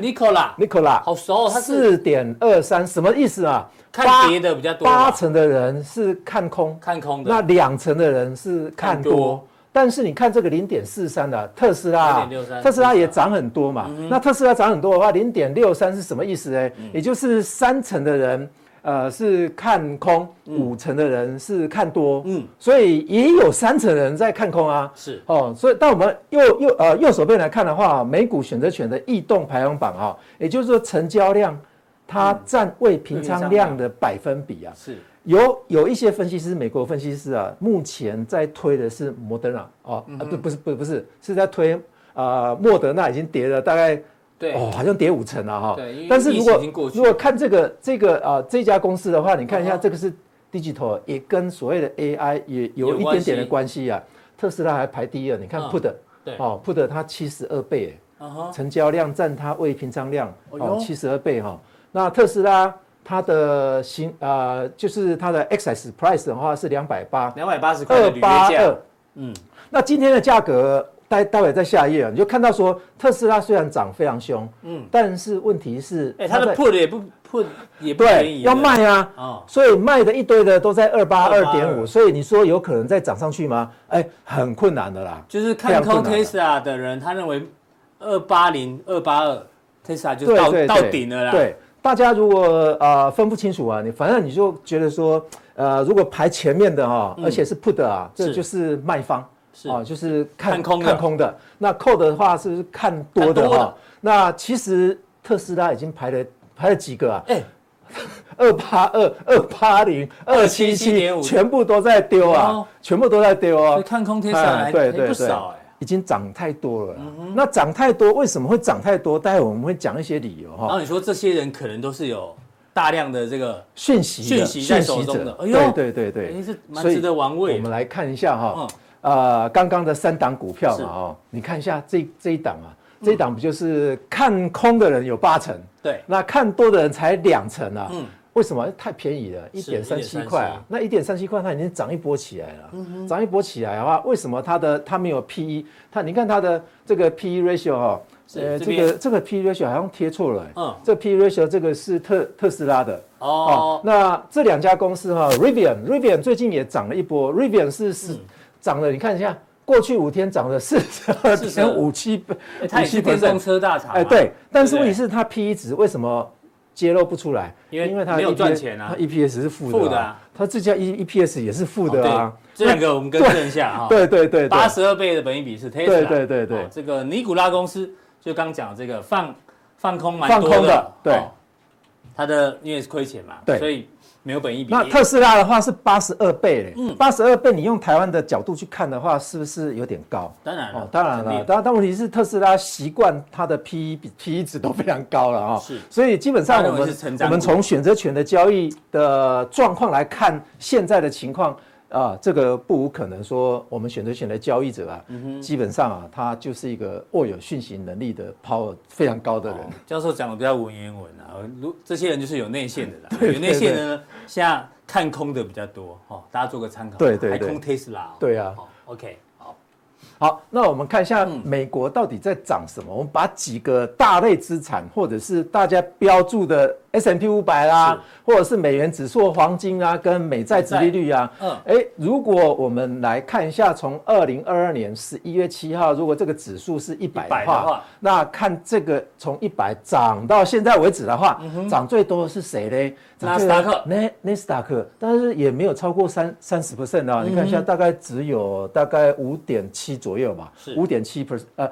Speaker 1: Nicola
Speaker 2: Nicola，
Speaker 1: 嗯好熟哦，他是
Speaker 2: 四点二三，什么意思啊？
Speaker 1: 看跌的比较多吧，
Speaker 2: 八成的人是看空，
Speaker 1: 看空的，
Speaker 2: 那两成的人是看
Speaker 1: 看
Speaker 2: 多。
Speaker 1: 多
Speaker 2: 但是你看这个零点四三的特斯拉啊
Speaker 1: 0.63，
Speaker 2: 特斯拉也涨很多
Speaker 1: 嗯
Speaker 2: 嘛。那特斯拉涨很多的话，零点六三是什么意思呢？也就是三成的人呃是看空，五成的人是看多。
Speaker 1: 嗯
Speaker 2: 嗯，所以也有三成的人在看空啊。
Speaker 1: 是
Speaker 2: 哦，所以当我们右右呃右手边来看的话，美股选择权的异动排行榜啊、也就是说成交量它占未平仓量的百分比啊，
Speaker 1: 嗯是
Speaker 2: 有有一些分析师，美国分析师啊，目前在推的是摩登啊，哦，
Speaker 1: 嗯
Speaker 2: 啊对，不是不是不是，是在推呃莫德纳已经跌了大概
Speaker 1: 对，
Speaker 2: 哦，好像跌五成了哈。
Speaker 1: 对因为
Speaker 2: 但是
Speaker 1: 疫
Speaker 2: 如
Speaker 1: 情
Speaker 2: 果
Speaker 1: 已经过去
Speaker 2: 如果看这个这个啊、呃这家公司的话，你看一
Speaker 1: 嗯
Speaker 2: 下
Speaker 1: 哼
Speaker 2: 这个是 digital，也跟所谓的 AI 也有
Speaker 1: 有
Speaker 2: 一
Speaker 1: 关
Speaker 2: 点
Speaker 1: 系
Speaker 2: 点的关系啊。特斯拉还排第二，你看
Speaker 1: 嗯
Speaker 2: put、
Speaker 1: 对
Speaker 2: 哦 put 它七十二倍耶，
Speaker 1: 嗯哼
Speaker 2: 成交量占它未平仓量
Speaker 1: 哎呦
Speaker 2: 哦七十二倍哈、那特斯拉它的新呃就是它的 XS price 的话是两百八，
Speaker 1: 两百八十块的
Speaker 2: 二
Speaker 1: 履约
Speaker 2: 八
Speaker 1: 价
Speaker 2: 二，，
Speaker 1: 嗯
Speaker 2: 嗯，那今天的价格，待待会在下一页啊，你就看到说特斯拉虽然涨非常凶，
Speaker 1: 嗯
Speaker 2: 嗯，但是问题是，
Speaker 1: 哎，它的
Speaker 2: 在
Speaker 1: put 也不 put 也不便
Speaker 2: 对
Speaker 1: 宜，
Speaker 2: 要卖啊，
Speaker 1: 啊，
Speaker 2: 所以卖的一堆的都在二八二点
Speaker 1: 282
Speaker 2: 五，所以你说有可能再涨上去吗？哎，很困难的啦。
Speaker 1: 就是看空
Speaker 2: 非常
Speaker 1: Tesla 的人，他认为二八零二八二 Tesla 就
Speaker 2: 对
Speaker 1: 到
Speaker 2: 对
Speaker 1: 到
Speaker 2: 对
Speaker 1: 顶了啦，，
Speaker 2: 对，大家如果呃分不清楚啊，你反正你就觉得说，呃，如果排前面的哈、而且是 put 啊，这
Speaker 1: 嗯是
Speaker 2: 就是卖方。
Speaker 1: 是
Speaker 2: 哦，就是看
Speaker 1: 看空的
Speaker 2: 看空的。那扣的话是不是看多
Speaker 1: 看
Speaker 2: 的
Speaker 1: 多
Speaker 2: 哈、
Speaker 1: 的
Speaker 2: 那其实特斯拉已经排了排了几个啊？
Speaker 1: 哎，
Speaker 2: 二八二、二八零、二七七
Speaker 1: 277.5，
Speaker 2: 全部都在丢啊，
Speaker 1: 哦
Speaker 2: 全部都在丢
Speaker 1: 所以
Speaker 2: 啊。
Speaker 1: 看空 Tesla 还
Speaker 2: 哎对
Speaker 1: 还
Speaker 2: 对
Speaker 1: 不
Speaker 2: 对
Speaker 1: 少哎，
Speaker 2: 已经涨太多了啦、
Speaker 1: 嗯
Speaker 2: 那涨太多，为什么会涨太多？待会我们会讲一些理由哈、
Speaker 1: 然后你说这些人可能都是有大量的这个，
Speaker 2: 讯息的
Speaker 1: 讯息在手
Speaker 2: 讯息
Speaker 1: 中的
Speaker 2: 者，
Speaker 1: 哎呦
Speaker 2: 对对对
Speaker 1: 哎，
Speaker 2: 对，
Speaker 1: 是蛮
Speaker 2: 所以
Speaker 1: 值得玩味
Speaker 2: 我们
Speaker 1: 的，
Speaker 2: 来看一下哈
Speaker 1: 嗯，
Speaker 2: 呃，刚刚的三档股票
Speaker 1: 是
Speaker 2: 嘛，哦，你看一下这这一档啊，这一档不就是看空的人有八成，
Speaker 1: 对，
Speaker 2: 那看多的人才两成啊？
Speaker 1: 嗯
Speaker 2: 为什么？太便宜了，一点三七块啊！那一点三七块，它已经涨一波起来了。
Speaker 1: 嗯
Speaker 2: 涨、一波起来的话，为什么它的它没有 PE？它你看它的这个 PE ratio 哦，
Speaker 1: 是
Speaker 2: 呃，
Speaker 1: 这
Speaker 2: 这
Speaker 1: 边
Speaker 2: 个这个 PE ratio 好像贴错了、欸。
Speaker 1: 嗯
Speaker 2: 这 PE ratio 这个是特特斯拉的。哦
Speaker 1: 哦，，
Speaker 2: 那这两家公司哈、r i v i a n r i v i a n 最近也涨了一波，Rivian 是
Speaker 1: 嗯
Speaker 2: 是涨了，你看一下，过去五天涨了四十二点五七倍，
Speaker 1: 哎它也是电动车大厂，啊
Speaker 2: 哎，对，，但是
Speaker 1: 对不对
Speaker 2: 问题是它 P E 值为什么揭露不出来？
Speaker 1: 因为
Speaker 2: 它
Speaker 1: 没有
Speaker 2: EPS
Speaker 1: 赚钱啊
Speaker 2: 它 E P S 是负的、
Speaker 1: 负的啊
Speaker 2: 它这家 E E P S 也是负的
Speaker 1: 对
Speaker 2: 啊。，
Speaker 1: 这两个我们更正一下哈，
Speaker 2: 对对
Speaker 1: 哦
Speaker 2: 对对，
Speaker 1: 八十二倍的本益比是 Tesla，
Speaker 2: 对对对对
Speaker 1: 哦这个尼古拉公司就刚讲的这个放放空蛮
Speaker 2: 放
Speaker 1: 多
Speaker 2: 空的，对。
Speaker 1: 哦它的因为是亏钱嘛，
Speaker 2: 对
Speaker 1: 所以没有本益比。
Speaker 2: 那特斯拉的话是八十二倍嘞，
Speaker 1: 嗯
Speaker 2: 八十二倍，你用台湾的角度去看的话，是不是有点高？
Speaker 1: 当然了
Speaker 2: 哦，，当然
Speaker 1: 肯定
Speaker 2: 了，但但问题是特斯拉习惯它的 P E 比 P E 值都非常高了啊、哦，
Speaker 1: 是
Speaker 2: 所以基本上我
Speaker 1: 它认为
Speaker 2: 们
Speaker 1: 是成长
Speaker 2: 我们
Speaker 1: 股
Speaker 2: 从选择权的交易的状况来看，现在的情况啊、这个不无可能说我们选择权的交易者啊，
Speaker 1: 嗯
Speaker 2: 基本上啊，他就是一个握有讯息能力的 power 非常高的人。
Speaker 1: 哦教授讲的比较文言文啊，如这些人就是有内线的 啦，有内线的呢，现在看空的比较多哈，哦大家做个参考。
Speaker 2: 对对
Speaker 1: 还
Speaker 2: 对
Speaker 1: 空 Tesla 哦。
Speaker 2: 对啊
Speaker 1: 哦，OK，好，
Speaker 2: 好，那我们看一下
Speaker 1: 嗯
Speaker 2: 美国到底在涨什么？我们把几个大类资产，或者是大家标注的 S M P 五百啦，或者是美元指数、黄金啊，跟美债殖利率啊，
Speaker 1: 嗯
Speaker 2: 嗯，哎，如果我们来看一下，从二零二二年十一月七号，如果这个指数是一百的
Speaker 1: 100的话
Speaker 2: 话，那看这个从一百涨到现在为止的话，涨最多的是谁嘞？
Speaker 1: 纳斯达克
Speaker 2: 那纳斯达克，但是也没有超过三三十 percent
Speaker 1: 嗯
Speaker 2: 啊。你看一下，大概只有大概五点七左右吧
Speaker 1: 是，
Speaker 2: 五点七 percent，呃，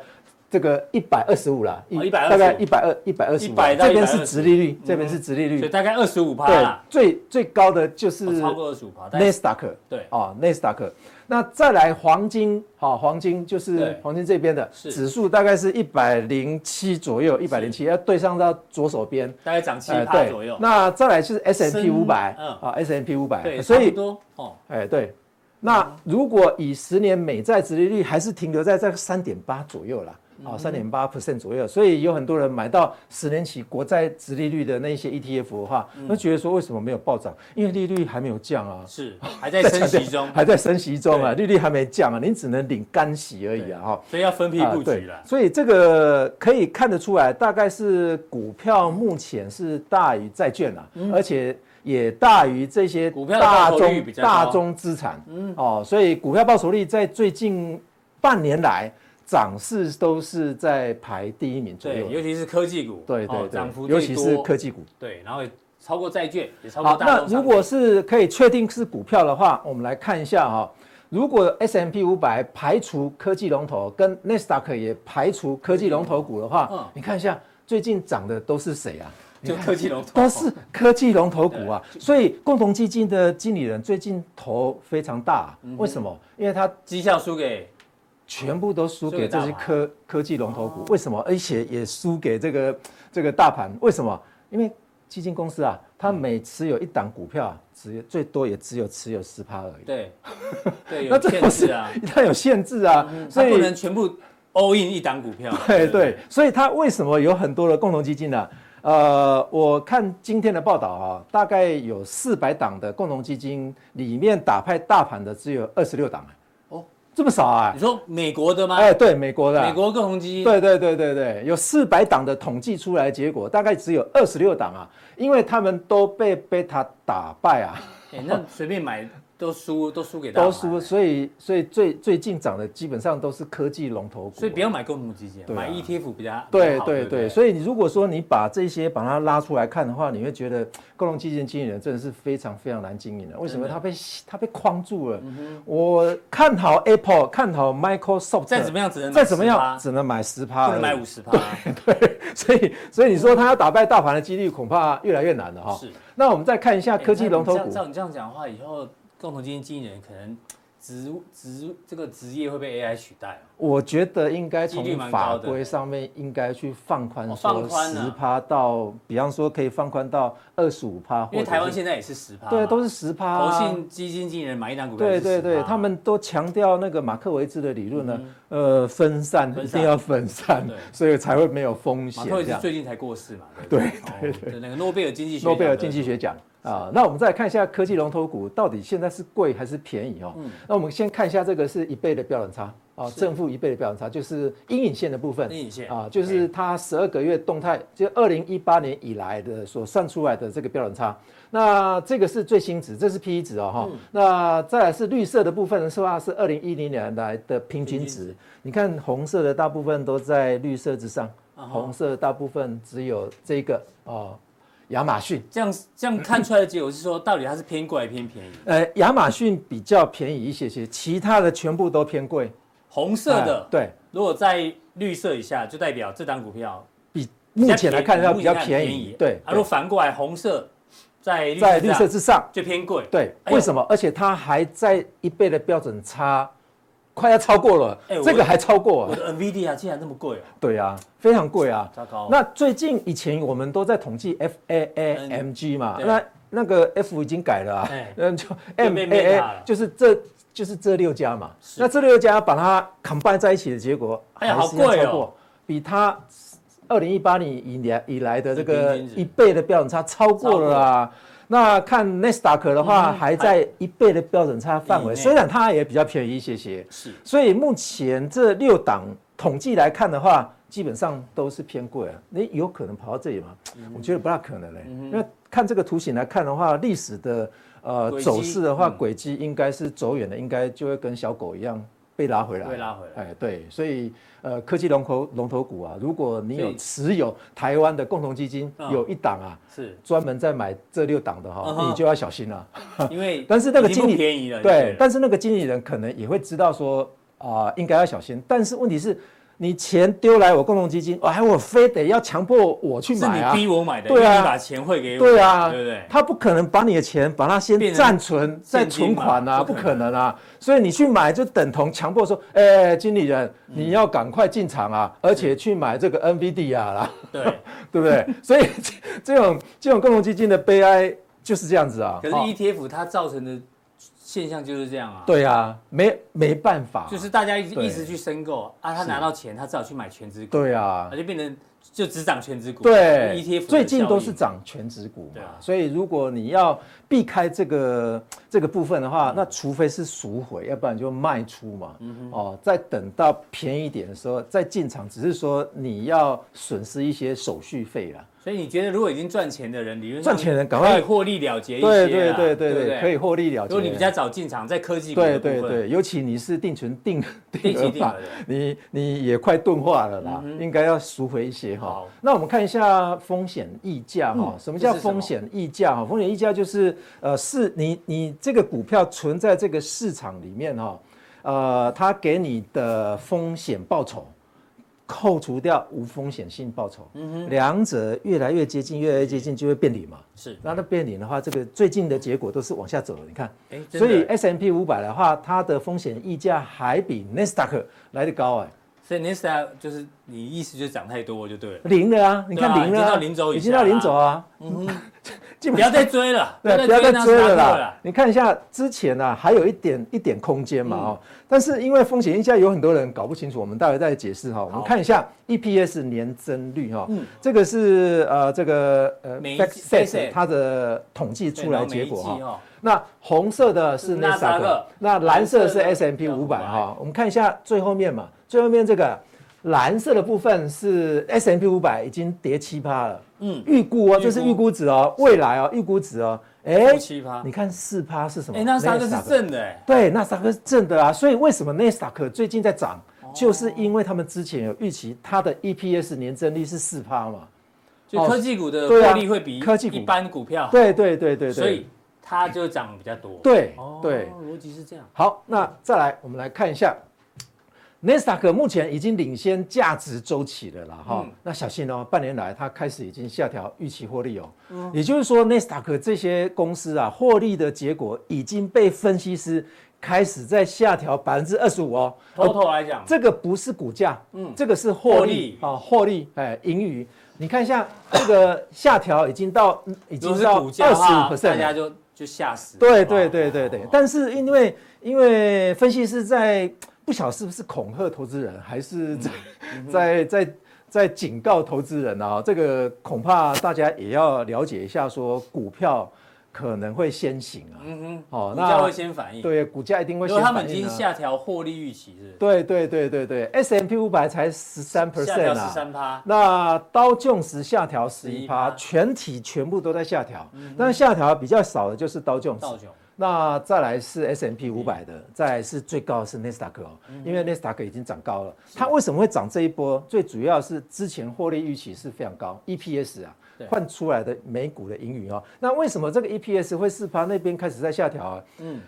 Speaker 2: 这个一百二十五啦，
Speaker 1: 哦
Speaker 2: 一
Speaker 1: 125
Speaker 2: 大概一百二一百二十五，啊
Speaker 1: 100到
Speaker 2: 这边
Speaker 1: 125
Speaker 2: 是直利率，这边
Speaker 1: 嗯
Speaker 2: 是直利
Speaker 1: 所以
Speaker 2: 率，
Speaker 1: 大概二十五趴
Speaker 2: 对
Speaker 1: 啦，，
Speaker 2: 最最高的就是
Speaker 1: 哦超过二十五趴，但
Speaker 2: 纳
Speaker 1: 是
Speaker 2: 斯达克，
Speaker 1: 对
Speaker 2: 哦，纳斯达克。那再来黄金，好、黄金就
Speaker 1: 对
Speaker 2: 是黄金这边的
Speaker 1: 是
Speaker 2: 指数大概是一百零七左右，一百零七要对上到左手边，
Speaker 1: 大概涨七
Speaker 2: 哎
Speaker 1: 趴
Speaker 2: 对
Speaker 1: 左右。
Speaker 2: 那再来就是 S M P 五百，
Speaker 1: 嗯
Speaker 2: 啊，S M P 五百，
Speaker 1: 对，
Speaker 2: 所
Speaker 1: 差不
Speaker 2: 以
Speaker 1: 多哦，
Speaker 2: 哎对，那如果以十年美债殖利率还是停留在在三点八左右啦，
Speaker 1: 嗯
Speaker 2: 啊，三点八 percent 左右，所以有很多人买到十年期国债殖利率的那些 ETF 的话，
Speaker 1: 嗯
Speaker 2: 那觉得说为什么没有暴涨？因为利率还没有降啊。
Speaker 1: 是还在升息
Speaker 2: ，
Speaker 1: 中
Speaker 2: 还在升息中啊，
Speaker 1: 对
Speaker 2: 利率还没降啊，你只能领干息而已啊，哈。
Speaker 1: 所以要分批
Speaker 2: 啊
Speaker 1: 布
Speaker 2: 对，
Speaker 1: 局了。
Speaker 2: 所以这个可啊以看得出来，大概是股票目前是大于债券啦，而且也大于这些
Speaker 1: 嗯股票的
Speaker 2: 大
Speaker 1: 报酬率
Speaker 2: 宗
Speaker 1: 比较高
Speaker 2: 大宗资产。嗯，哦，所以股票报酬率在最近半年来涨势都是在排第一名左
Speaker 1: 对
Speaker 2: 右，的。
Speaker 1: 尤其是科技股，
Speaker 2: 对
Speaker 1: 哦
Speaker 2: 对
Speaker 1: 涨幅
Speaker 2: 对，
Speaker 1: 最
Speaker 2: 尤其是
Speaker 1: 多
Speaker 2: 科技股。
Speaker 1: 对，然后也超过债券，也超过
Speaker 2: 好，
Speaker 1: 大
Speaker 2: 那
Speaker 1: 宗商品。
Speaker 2: 如果是可以确定是股票的话，我们来看一下哈、如果 S M P 五百排除科技龙头，跟 n e s t a q 也排除科技龙头股的话，
Speaker 1: 嗯哦
Speaker 2: 你看一下最近涨的都是谁啊？
Speaker 1: 就科技 龙头，
Speaker 2: 都是科技龙头股啊，所以共同基金的经理人最近头非常大、啊
Speaker 1: 嗯
Speaker 2: 为什么？因为他
Speaker 1: 绩效输给
Speaker 2: 全部都输给这
Speaker 1: 输给
Speaker 2: 些
Speaker 1: 大盘
Speaker 2: 科科技龙头股，为什么？而且也输给这个这个大盘，为什么？因为基金公司啊，它每持有一档股票啊，只最多也只有持有十趴而已。
Speaker 1: 对对
Speaker 2: 那
Speaker 1: 有
Speaker 2: 这
Speaker 1: 限
Speaker 2: 不
Speaker 1: 制
Speaker 2: 是
Speaker 1: 啊，
Speaker 2: 它有限制啊，
Speaker 1: 它
Speaker 2: 所
Speaker 1: 不
Speaker 2: 以
Speaker 1: 能全部 all in 一档股票。
Speaker 2: 对对，所以它为什么有很多的共同基金呢、呃，我看今天的报道啊，大概有四百档的共同基金里面打败大盘的只有二十六档，
Speaker 1: 哦
Speaker 2: 哦，这么少啊
Speaker 1: 你？说美国的吗？
Speaker 2: 哎，对，美国的啊、
Speaker 1: 美国共同基金，
Speaker 2: 对对对对对，有四百档的统计出来结果，大概只有二十六档啊，因为他们都被贝塔打败啊，
Speaker 1: 哎，那随便买都输，都输给大
Speaker 2: 都
Speaker 1: 盘
Speaker 2: 输，，所以所以最最近涨的基本上都是科技龙头股啊，
Speaker 1: 所以不要买共同基金，
Speaker 2: 对啊
Speaker 1: 买 ETF 比较比
Speaker 2: 对
Speaker 1: 较好
Speaker 2: 对
Speaker 1: 不
Speaker 2: 对，所以你如果说你把这些把它拉出来看的话，你会觉得共同基金经理人真的是非常非常难经营的。啊为什么
Speaker 1: 真的嗯
Speaker 2: 他被他被框住了？我看好 Apple，看好 Microsoft，
Speaker 1: 再怎么样只能买
Speaker 2: 再怎么样
Speaker 1: 10%
Speaker 2: 只能买十趴，
Speaker 1: 不能买五十趴，
Speaker 2: 所以，所以你说它要打败大盘的几率恐怕越来越难了哈、
Speaker 1: 是
Speaker 2: 那我们再看一下
Speaker 1: 哎
Speaker 2: 科技龙头
Speaker 1: 那你
Speaker 2: 股
Speaker 1: 这样照你这样讲的话，以后共同基金经理人可能职职这个职业会被 AI 取代哦。
Speaker 2: 我觉得应该从
Speaker 1: 几率蛮
Speaker 2: 法
Speaker 1: 高的
Speaker 2: 规上面应该去放宽，
Speaker 1: 哦放
Speaker 2: 说
Speaker 1: 宽
Speaker 2: 十
Speaker 1: 啊
Speaker 2: 趴到，比方说可以放宽到二十五趴，
Speaker 1: 因为
Speaker 2: 或者
Speaker 1: 台湾
Speaker 2: 是
Speaker 1: 现在也是十趴嘛，
Speaker 2: 对都是十趴、啊
Speaker 1: 投信基金经理人买一档股票也
Speaker 2: 对
Speaker 1: 是
Speaker 2: 对
Speaker 1: 10%，
Speaker 2: 对，他们都强调那个马克维兹的理论呢，呃，分散
Speaker 1: 嗯分散
Speaker 2: 一定要分散
Speaker 1: 对，
Speaker 2: 所以才会没有风
Speaker 1: 马
Speaker 2: 险
Speaker 1: 克维
Speaker 2: 这
Speaker 1: 兹
Speaker 2: 样。
Speaker 1: 最近才过世嘛，对对对，就那个诺贝尔经济学
Speaker 2: 诺贝尔
Speaker 1: 奖
Speaker 2: 经
Speaker 1: 得
Speaker 2: 济
Speaker 1: 主
Speaker 2: 学奖啊。那我们再来看一下科技龙头股到底现在是贵还是便宜
Speaker 1: 嗯
Speaker 2: 哦。那我们先看一下这个是一倍的标准差啊，正负一倍的标准差，就是阴影线的部分。
Speaker 1: 阴影线
Speaker 2: 啊，就是它十二个月动态，就二零一八年以来的所算出来的这个标准差。那这个是最新值，这是 P E 值哦
Speaker 1: 嗯
Speaker 2: 哈。那再来是绿色的部分的话是二零一零年来的平均
Speaker 1: 平均
Speaker 2: 值，你看红色的大部分都在绿色之上，
Speaker 1: 啊
Speaker 2: 红色的大部分只有这个哦，亚马逊。
Speaker 1: 这样这样看出来的结果是说，到底它是偏贵还是偏便宜？
Speaker 2: 呃，亚马逊比较便宜一些些，其他的全部都偏贵。
Speaker 1: 红色的
Speaker 2: 哎，对，
Speaker 1: 如果在绿色以下，就代表这档股票
Speaker 2: 比
Speaker 1: 比
Speaker 2: 目
Speaker 1: 较
Speaker 2: 前来
Speaker 1: 便
Speaker 2: 看要
Speaker 1: 目
Speaker 2: 比
Speaker 1: 前
Speaker 2: 较
Speaker 1: 看
Speaker 2: 便宜。对
Speaker 1: 啊，，如果反过来，红色在
Speaker 2: 对在绿
Speaker 1: 上
Speaker 2: 色之上，
Speaker 1: 就偏贵，
Speaker 2: 对，
Speaker 1: 哎呦
Speaker 2: 为什么？而且它还在一倍的标准差，快要超过了
Speaker 1: 哎，我
Speaker 2: 这个还超过
Speaker 1: 我
Speaker 2: 啊，
Speaker 1: 的 NVIDIA 竟然这么贵哦，
Speaker 2: 对啊，非常贵啊。
Speaker 1: 糟糕。
Speaker 2: 那最近以前我们都在统计 F A A M G 嘛，
Speaker 1: 嗯对
Speaker 2: 那那个 F 已经改了啊
Speaker 1: 哎，
Speaker 2: 嗯，就 M
Speaker 1: 被
Speaker 2: A
Speaker 1: meta
Speaker 2: A
Speaker 1: 了
Speaker 2: 就是这就是这六家嘛，那这六家把它 combine 在一起的结果，
Speaker 1: 哎呀
Speaker 2: 还是要
Speaker 1: 好贵哦
Speaker 2: 超过，比它二零一八年以年以来的这个
Speaker 1: 平均值
Speaker 2: 一倍的标准差超过了啦。那看 n e s t a q 的话，
Speaker 1: 嗯
Speaker 2: 还在一倍的标准差范围，
Speaker 1: 以内
Speaker 2: 虽然它也比较便宜一些些，
Speaker 1: 是
Speaker 2: 所以目前这六档统计来看的话，基本上都是偏贵啊。你有可能跑到这里吗？
Speaker 1: 嗯
Speaker 2: 我觉得不大可能嘞、因为看这个图形来看的话，历史的
Speaker 1: 轨
Speaker 2: 呃
Speaker 1: 迹
Speaker 2: 走势的话，
Speaker 1: 嗯
Speaker 2: 轨迹应该是走远了，应该就会跟小狗一样被拉回来。
Speaker 1: 被拉回来
Speaker 2: 哎，对，所以呃，科技龙头龙头股啊，如果你
Speaker 1: 所
Speaker 2: 有
Speaker 1: 以
Speaker 2: 持有台湾的共同基金，
Speaker 1: 嗯
Speaker 2: 有一档啊。
Speaker 1: 是
Speaker 2: 专门在买这六档的哈、
Speaker 1: 嗯哼
Speaker 2: 你就要小心了、
Speaker 1: 因为
Speaker 2: 但是那个
Speaker 1: 已经
Speaker 2: 经
Speaker 1: 不
Speaker 2: 理
Speaker 1: 便宜了，
Speaker 2: 对，
Speaker 1: 但
Speaker 2: 但是那个经理人可能也会知道说啊、应该要小心。但是问题是，你钱丢来我共同基金，哎，我非得要强迫我去
Speaker 1: 是
Speaker 2: 买
Speaker 1: 你
Speaker 2: 啊。
Speaker 1: 逼我买的，
Speaker 2: 对啊
Speaker 1: 因为你把钱汇给我，
Speaker 2: 对啊，
Speaker 1: 对不对？
Speaker 2: 他不可能把你的钱把它先
Speaker 1: 变成
Speaker 2: 暂存再存款
Speaker 1: 现金
Speaker 2: 啊，
Speaker 1: 嘛不
Speaker 2: 不
Speaker 1: 可能
Speaker 2: 可能啊。所以你去买就等同强迫说，哎，经理人，
Speaker 1: 嗯
Speaker 2: 你要赶快进场啊，而且去买这个 NVD 啊啦，
Speaker 1: 对，
Speaker 2: 对不对？所以这这种这种共同基金的悲哀就是这样子啊。
Speaker 1: 可是
Speaker 2: 哦
Speaker 1: ETF 它造成的现象就是这样啊，，
Speaker 2: 对啊，没没办法啊，
Speaker 1: 就是大家一直
Speaker 2: 对
Speaker 1: 一直去申购啊，他拿到钱，他只好去买全职股，
Speaker 2: 对啊
Speaker 1: 啊，，就变成就只涨全职股，
Speaker 2: 对
Speaker 1: 就 ETF
Speaker 2: 最近都是
Speaker 1: 的效应
Speaker 2: 涨全指股
Speaker 1: 对
Speaker 2: 嘛
Speaker 1: 啊，
Speaker 2: 所以如果你要避开这个这个部分的
Speaker 1: 嗯
Speaker 2: 话，那除非是赎回，要不然就卖出嘛。哦，再等到便宜一点的时候再进场，只是说你要损失一些手续费啦。
Speaker 1: 所以你觉得，如果已经赚钱的人，理论上
Speaker 2: 赚钱人赶
Speaker 1: 可以
Speaker 2: 快，
Speaker 1: 获利了结一些啦，
Speaker 2: 对对
Speaker 1: 对
Speaker 2: 对对
Speaker 1: 不
Speaker 2: 对，可以。获利了
Speaker 1: 如
Speaker 2: 结。
Speaker 1: 果你比较早进场，在科技股
Speaker 2: 对
Speaker 1: 的
Speaker 2: 对
Speaker 1: 部分，
Speaker 2: 对，尤其你是定存定
Speaker 1: 定
Speaker 2: 定
Speaker 1: 期
Speaker 2: 额
Speaker 1: 定
Speaker 2: 法
Speaker 1: 额，的，
Speaker 2: 你你也快钝化了啦，
Speaker 1: 嗯哼
Speaker 2: 应该要赎回一些哈
Speaker 1: 好。
Speaker 2: 那我们看一下风险溢价哈、
Speaker 1: 嗯
Speaker 2: 什么叫
Speaker 1: 这是什么
Speaker 2: 风险溢价哈？风险溢价就是呃，是你你这个股票存在这个市场里面哈，呃，它给你的风险报酬。扣除掉无风险性报酬，
Speaker 1: 嗯
Speaker 2: 两者越来越接近，越来越接近就会变零嘛。
Speaker 1: 是，
Speaker 2: 那它变零的话，这个最近的结果都是往下走的。你看，
Speaker 1: 哎，真的
Speaker 2: 所以 S M P 五百的话，它的风险溢价还比 n e s t a q 来的高哎、
Speaker 1: 所以 n e s t a 就是你意思就是涨太多就对了，
Speaker 2: 零了啊，你看
Speaker 1: 对啊
Speaker 2: 零了、
Speaker 1: 已经到零轴以
Speaker 2: 已经到
Speaker 1: 下啦
Speaker 2: 零轴啊， 基
Speaker 1: 不
Speaker 2: 本
Speaker 1: 要
Speaker 2: 上
Speaker 1: 再追了，
Speaker 2: 对，不要再追
Speaker 1: NASDAQ
Speaker 2: 了啦。。你看一下之前啊，还有一点一点空间嘛哦，但是因为风险溢价有很多人搞不清楚，我们待会再解释哈。我们看一下 EPS 年增率哈，这个是呃这个呃
Speaker 1: 每一
Speaker 2: FactSet
Speaker 1: FactSet
Speaker 2: 它的统计出来结果
Speaker 1: 哈
Speaker 2: 哈。，那红色的是
Speaker 1: 是
Speaker 2: 纳斯达克
Speaker 1: NASDAQ，
Speaker 2: 那蓝色是
Speaker 1: 蓝
Speaker 2: S
Speaker 1: 色
Speaker 2: M
Speaker 1: 的
Speaker 2: P 五百
Speaker 1: 500
Speaker 2: 哈。我们看一下最后面嘛，最后面这个蓝色的部分是 S M P 五百已经跌七趴了，
Speaker 1: 嗯，
Speaker 2: 预估哦，这是
Speaker 1: 预估
Speaker 2: 预估值哦，未来哦，预估值哦，哎
Speaker 1: 负，七趴
Speaker 2: 你，看四趴是什么？
Speaker 1: 哎，那三个
Speaker 2: NASDAQ
Speaker 1: 是正的，哎，
Speaker 2: 对，纳斯达克是正的啊，所以为什么纳斯达克最近在涨，
Speaker 1: 哦
Speaker 2: 就是因为他们之前有预期它的 EPS 年增率是四趴嘛，
Speaker 1: 就科技股的
Speaker 2: 对啊
Speaker 1: 获利会比
Speaker 2: 科技股
Speaker 1: 一般股票，
Speaker 2: 对对对对对，
Speaker 1: 所以它就涨比较多。
Speaker 2: 对
Speaker 1: 哦，
Speaker 2: 对，
Speaker 1: 逻辑是这样。
Speaker 2: 好，那再来，我们来看一下 n e s t a q 目前已经领先价值周期了啦，哈、
Speaker 1: 嗯
Speaker 2: 那小心哦，半年来它开始已经下调预期获利哦，也就是说 n e s t a q 这些公司啊，获利的结果已经被分析师开始在下调百分之二十五哦，
Speaker 1: 偷偷来讲，
Speaker 2: 这个不是股价，嗯，这个是获
Speaker 1: 获
Speaker 2: 利
Speaker 1: 利
Speaker 2: 啊，获利，哎，盈余。你看一下这个下调已经到已
Speaker 1: 如果
Speaker 2: 经
Speaker 1: 是
Speaker 2: 到
Speaker 1: 股价
Speaker 2: 二
Speaker 1: 的
Speaker 2: 十
Speaker 1: 话
Speaker 2: 五 percent，
Speaker 1: 大家就就吓死了。
Speaker 2: 对
Speaker 1: 哦
Speaker 2: 对对对对，但是因为因为分析师在不晓得是不是恐吓投资人，还
Speaker 1: 嗯
Speaker 2: 是在、在在在警告投资人啊，这个恐怕大家也要了解一下，说股票可能会先行啊，
Speaker 1: 嗯哼，
Speaker 2: 哦
Speaker 1: 股，价
Speaker 2: 那
Speaker 1: 会先反应。，
Speaker 2: 对股价一定会
Speaker 1: 如
Speaker 2: 先
Speaker 1: 果
Speaker 2: 反应、啊、
Speaker 1: 他们已经下调获利预期，是不
Speaker 2: 对对对对对，S M P 五百才十三
Speaker 1: 是下调
Speaker 2: percent
Speaker 1: 十
Speaker 2: 啊，
Speaker 1: 三趴，
Speaker 2: 那刀琼斯下调十一趴，
Speaker 1: 11%
Speaker 2: 全体全部都在下调，
Speaker 1: 嗯
Speaker 2: 但是下调比较少的就是刀琼斯
Speaker 1: 道。琼
Speaker 2: 那再来是 S M P 五百的，再来是最高的是 n e s t a q 哦，因为 n e s t a q 已经涨高了。它为什么会涨这一波？最主要是之前获利预期是非常高，E P S 啊
Speaker 1: 对
Speaker 2: 换出来的美股的盈余哦。那为什么这个 E P S 会四趴那边开始在下调啊？嗯，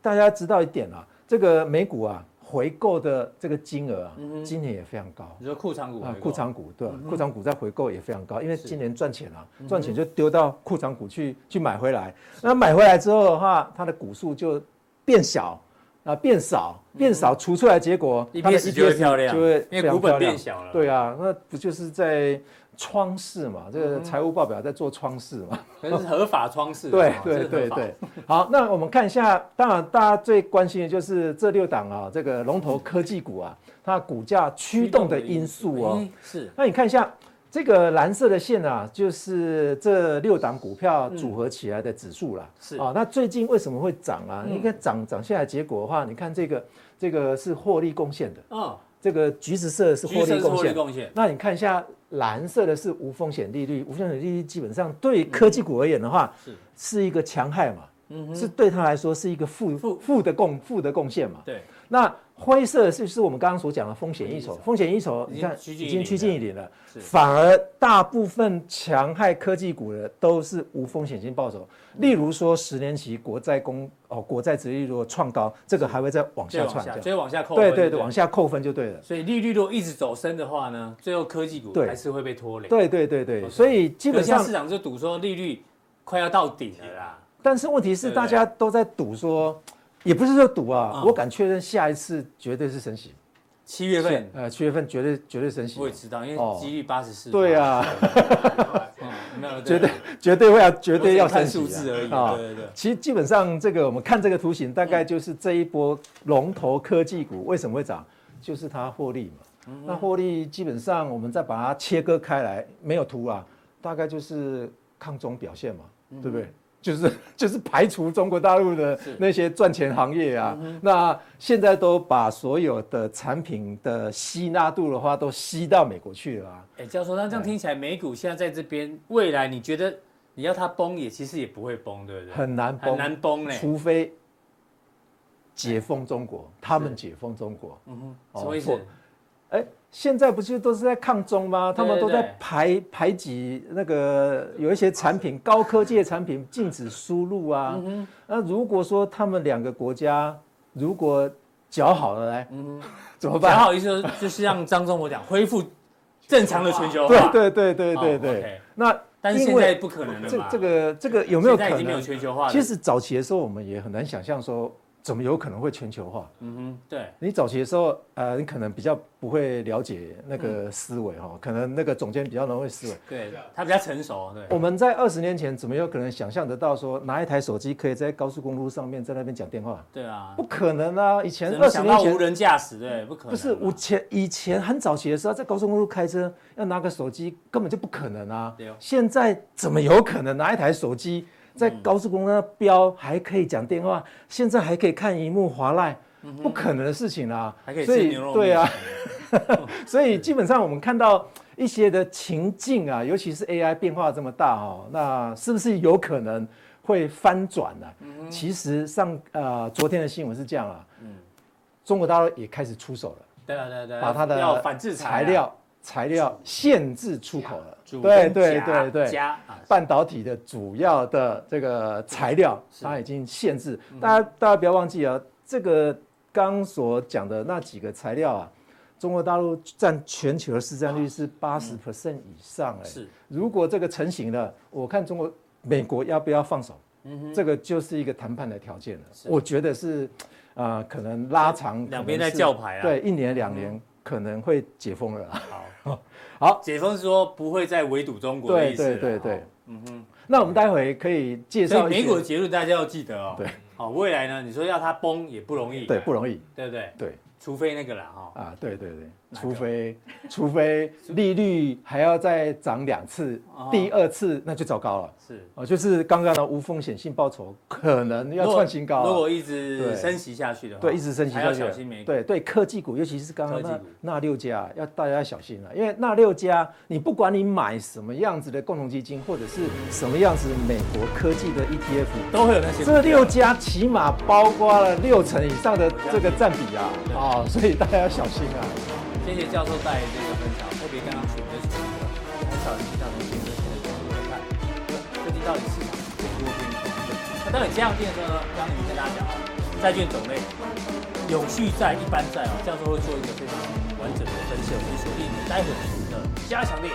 Speaker 2: 大家知道一点啊，这个美股啊回购的这个金额啊，今年也非常高。
Speaker 1: 你说库藏股回
Speaker 2: 啊
Speaker 1: 购，嗯
Speaker 2: 库藏股对吧，库藏股在回购也非常高，因为今年赚钱啊，赚钱就丢到库藏股去去买回来。那买回来之后的话，它的股数就变小啊，变少，
Speaker 1: 嗯
Speaker 2: 变少，除出来结果它的 E
Speaker 1: EPS 就会漂亮
Speaker 2: 就会
Speaker 1: 因
Speaker 2: 非
Speaker 1: 为
Speaker 2: 常
Speaker 1: 股
Speaker 2: 漂
Speaker 1: 本
Speaker 2: 亮
Speaker 1: 变。小了。
Speaker 2: 对啊，那不就是在窗事嘛？这个财务报表在做窗事嘛？
Speaker 1: 可是合法窗式的
Speaker 2: 对
Speaker 1: 嘛。
Speaker 2: 对
Speaker 1: 嗯这是
Speaker 2: 对
Speaker 1: 合法
Speaker 2: 对，好，那我们看一下，当然大家最关心的就是这六档啊，这个龙头科技股啊，它股价驱动的因素哦。
Speaker 1: 哎是
Speaker 2: 那你看一下这个蓝色的线啊，就是这六档股票组合起来的指数啦。
Speaker 1: 是嗯
Speaker 2: 啊，那最近为什么会涨啊？你看涨涨下来，结果的话，你看这个这个是获利贡献的，
Speaker 1: 嗯，
Speaker 2: 这个橘子色是获
Speaker 1: 橘色是
Speaker 2: 利贡
Speaker 1: 获利
Speaker 2: 献。
Speaker 1: 贡献，
Speaker 2: 那你看一下蓝色的是无风险利率，无风险利率基本上对于科技股而言的话，
Speaker 1: 嗯是
Speaker 2: 是一个强害嘛，
Speaker 1: 嗯
Speaker 2: 是对它来说是一个负负负的贡负的贡献嘛。
Speaker 1: 对，
Speaker 2: 那灰色是是我们刚刚所讲的风险一筹，风险一筹，你看
Speaker 1: 已经趋近于
Speaker 2: 已经趋近于零了，
Speaker 1: 是
Speaker 2: 反而大部分强害科技股的都是无风险性报酬，
Speaker 1: 嗯
Speaker 2: 例如说十年期国债公哦国债殖利率如果创高，这个还会再往
Speaker 1: 再
Speaker 2: 下
Speaker 1: 往
Speaker 2: 窜
Speaker 1: 下，，
Speaker 2: 这样
Speaker 1: 追往下扣分。
Speaker 2: 对对对，往
Speaker 1: 下。
Speaker 2: 下扣分就对了。
Speaker 1: 所以利率如果一直走升的话呢，最后科技股
Speaker 2: 对
Speaker 1: 还是会被拖累。
Speaker 2: 对对对对，
Speaker 1: OK
Speaker 2: 所以基
Speaker 1: 基
Speaker 2: 本
Speaker 1: 本
Speaker 2: 上
Speaker 1: 上市，场就赌说利率快要到顶了啦，
Speaker 2: 但是问题是
Speaker 1: 对对
Speaker 2: 大家都在赌说，也不是说赌啊，
Speaker 1: 嗯
Speaker 2: 我敢确认下一次绝对是升息，
Speaker 1: 七月份
Speaker 2: 呃七月份绝对绝对升息
Speaker 1: 我，也知道，因
Speaker 2: 哦
Speaker 1: 为几率八十四。
Speaker 2: 对啊，
Speaker 1: 没有，
Speaker 2: 绝对绝对会要绝对要
Speaker 1: 我只
Speaker 2: 升
Speaker 1: 看
Speaker 2: 息
Speaker 1: 数字
Speaker 2: 啊
Speaker 1: 而已。
Speaker 2: 啊
Speaker 1: 对对对，
Speaker 2: 其实基本上，这个我们看这个图形，大概就是这一波龙头科技股为什么会涨，就是它获利
Speaker 1: 嗯
Speaker 2: 嘛。那获利基本上，我们再把它切割开来，没有图啊，大概就是抗中表现嘛，对不对？就是就是排除中国大陆的
Speaker 1: 嗯是嗯
Speaker 2: 那些赚钱行业啊。那现在都把所有的产品的吸纳度的话，都吸到美国去了、啊。
Speaker 1: 哎，教授，那这样听起来，美股现在在这边，未来你觉得你要它崩也，其实也不会崩，对不对？
Speaker 2: 很难崩，
Speaker 1: 很难崩嘞
Speaker 2: 除非解封中国，他们解封中国。
Speaker 1: 哎嗯哼，
Speaker 2: 哦
Speaker 1: 什么意思
Speaker 2: 错？哎，现在不是都是在抗中吗？他
Speaker 1: 对
Speaker 2: 们都在
Speaker 1: 对
Speaker 2: 排排挤那个有一些产品，高科技的产品禁止输入啊。
Speaker 1: 嗯
Speaker 2: 那如果说他们两个国家如果讲好了来，怎么
Speaker 1: 讲
Speaker 2: 办？
Speaker 1: 嗯好意思就是让张忠谋讲恢复正常的全球化，
Speaker 2: 对对对对对
Speaker 1: 哦
Speaker 2: 对
Speaker 1: ，OK。
Speaker 2: 那
Speaker 1: 但是
Speaker 2: 因
Speaker 1: 现
Speaker 2: 为
Speaker 1: 在不可能了
Speaker 2: 这
Speaker 1: 嘛？
Speaker 2: 这个这个有没有
Speaker 1: 现
Speaker 2: 可
Speaker 1: 在已经没有
Speaker 2: 能？
Speaker 1: 全球化了。
Speaker 2: 其实早期的时候，我们也很难想象说怎么有可能会全球化。
Speaker 1: 嗯哼，对，
Speaker 2: 你早期的时候，呃，你可能比较不会了解那个
Speaker 1: 嗯
Speaker 2: 思维哈、哦，可能那个总监比较能会思维。
Speaker 1: 对，他比较成熟，对，
Speaker 2: 我们在二十年前怎么有可能想象得到说拿一台手机可以在高速公路上面在那边讲电话？
Speaker 1: 对啊
Speaker 2: 不，可能啊！以前
Speaker 1: 只能
Speaker 2: 二十
Speaker 1: 想
Speaker 2: 年
Speaker 1: 到无
Speaker 2: 前
Speaker 1: 人啊驾驶，对，不可能嘛。
Speaker 2: 不是我前以前很早期的时候，在高速公路开车要拿个手机根本就不可能啊
Speaker 1: 对哦！
Speaker 2: 现在怎么有可能拿一台手机在高速公路那标还可以讲电话？现在还可以看荧幕划赖，不可能的事情啊！
Speaker 1: 嗯还可以
Speaker 2: 所
Speaker 1: 吃牛肉面
Speaker 2: 对啊，所以基本上我们看到一些的情境啊，尤其是 AI 变化这么大哦，那是不是有可能会翻转呢、
Speaker 1: 嗯
Speaker 2: 其实上呃昨天的新闻是这样啊，
Speaker 1: 嗯
Speaker 2: 中国大陆也开始出手了，
Speaker 1: 对啊，对啊，对啊，
Speaker 2: 把它的
Speaker 1: 要反制裁啊
Speaker 2: 材料材料限制出口了，
Speaker 1: 主攻
Speaker 2: 对对
Speaker 1: 夹
Speaker 2: 对对。
Speaker 1: 加啊，
Speaker 2: 半导体的主要的这个材料，它已经限制。
Speaker 1: 嗯
Speaker 2: 大家大家不要忘记啊，这个刚所讲的那几个材料啊，中国大陆占全球的市占率是八十 percent 以上、哎、
Speaker 1: 啊是，
Speaker 2: 如果这个成型了，我看中国、美国要不要放手？
Speaker 1: 嗯
Speaker 2: 这个就是一个谈判的条件了。我觉得是，呃，可能拉长
Speaker 1: 两边
Speaker 2: 可
Speaker 1: 在
Speaker 2: 能是
Speaker 1: 叫牌啊
Speaker 2: 对，一年两年可能会解封了啊。
Speaker 1: 解封是说不会再围堵中国的
Speaker 2: 对
Speaker 1: 意思啊，
Speaker 2: 对对对
Speaker 1: 哦，，嗯哼。
Speaker 2: 那我们待会可以介
Speaker 1: 所
Speaker 2: 绍
Speaker 1: 以
Speaker 2: 一
Speaker 1: 美
Speaker 2: 些
Speaker 1: 股的结论大家要记得哦。
Speaker 2: 对，
Speaker 1: 好，未来呢，你说要它崩也不容易，啊
Speaker 2: 对不容易，
Speaker 1: 对不对？
Speaker 2: 对。
Speaker 1: 除非那个啦，哦哈，
Speaker 2: 啊，对对对，
Speaker 1: 哪
Speaker 2: 除
Speaker 1: 个
Speaker 2: 非 除非利率还要再涨两次
Speaker 1: 哦，
Speaker 2: 第二次那就糟糕了。
Speaker 1: 是。
Speaker 2: 哦，就是刚刚的无风险性报酬可能要
Speaker 1: 如果
Speaker 2: 创新高
Speaker 1: 如
Speaker 2: 了。
Speaker 1: 果一直
Speaker 2: 对
Speaker 1: 升息下去的话，
Speaker 2: 对，一直升级
Speaker 1: 还
Speaker 2: 下
Speaker 1: 要
Speaker 2: 去
Speaker 1: 小
Speaker 2: 了。
Speaker 1: 心美股。
Speaker 2: 对对，科技股尤其是刚刚
Speaker 1: 科技
Speaker 2: 那
Speaker 1: 股
Speaker 2: 那六家，要大家要小心了，因为那六家，你不管你买什么样子的共同基金，或者是什么样子美国科技的 ETF，
Speaker 1: 都会有那些股
Speaker 2: 这六家起码包括了六成以上的这个占比啊，
Speaker 1: 对
Speaker 2: 哦，所以大家要小心啊。
Speaker 1: 谢谢教授带来这个分享，特别刚刚选择选择很少人提到的选择性的角度来看，科技到底市场最多变动。那当你这样变的时候呢，刚刚已经跟大啊家讲了，债券种类，永续债、一般啊债哦，教授会做一个非常完整的分析，我们锁定待会儿的加强力。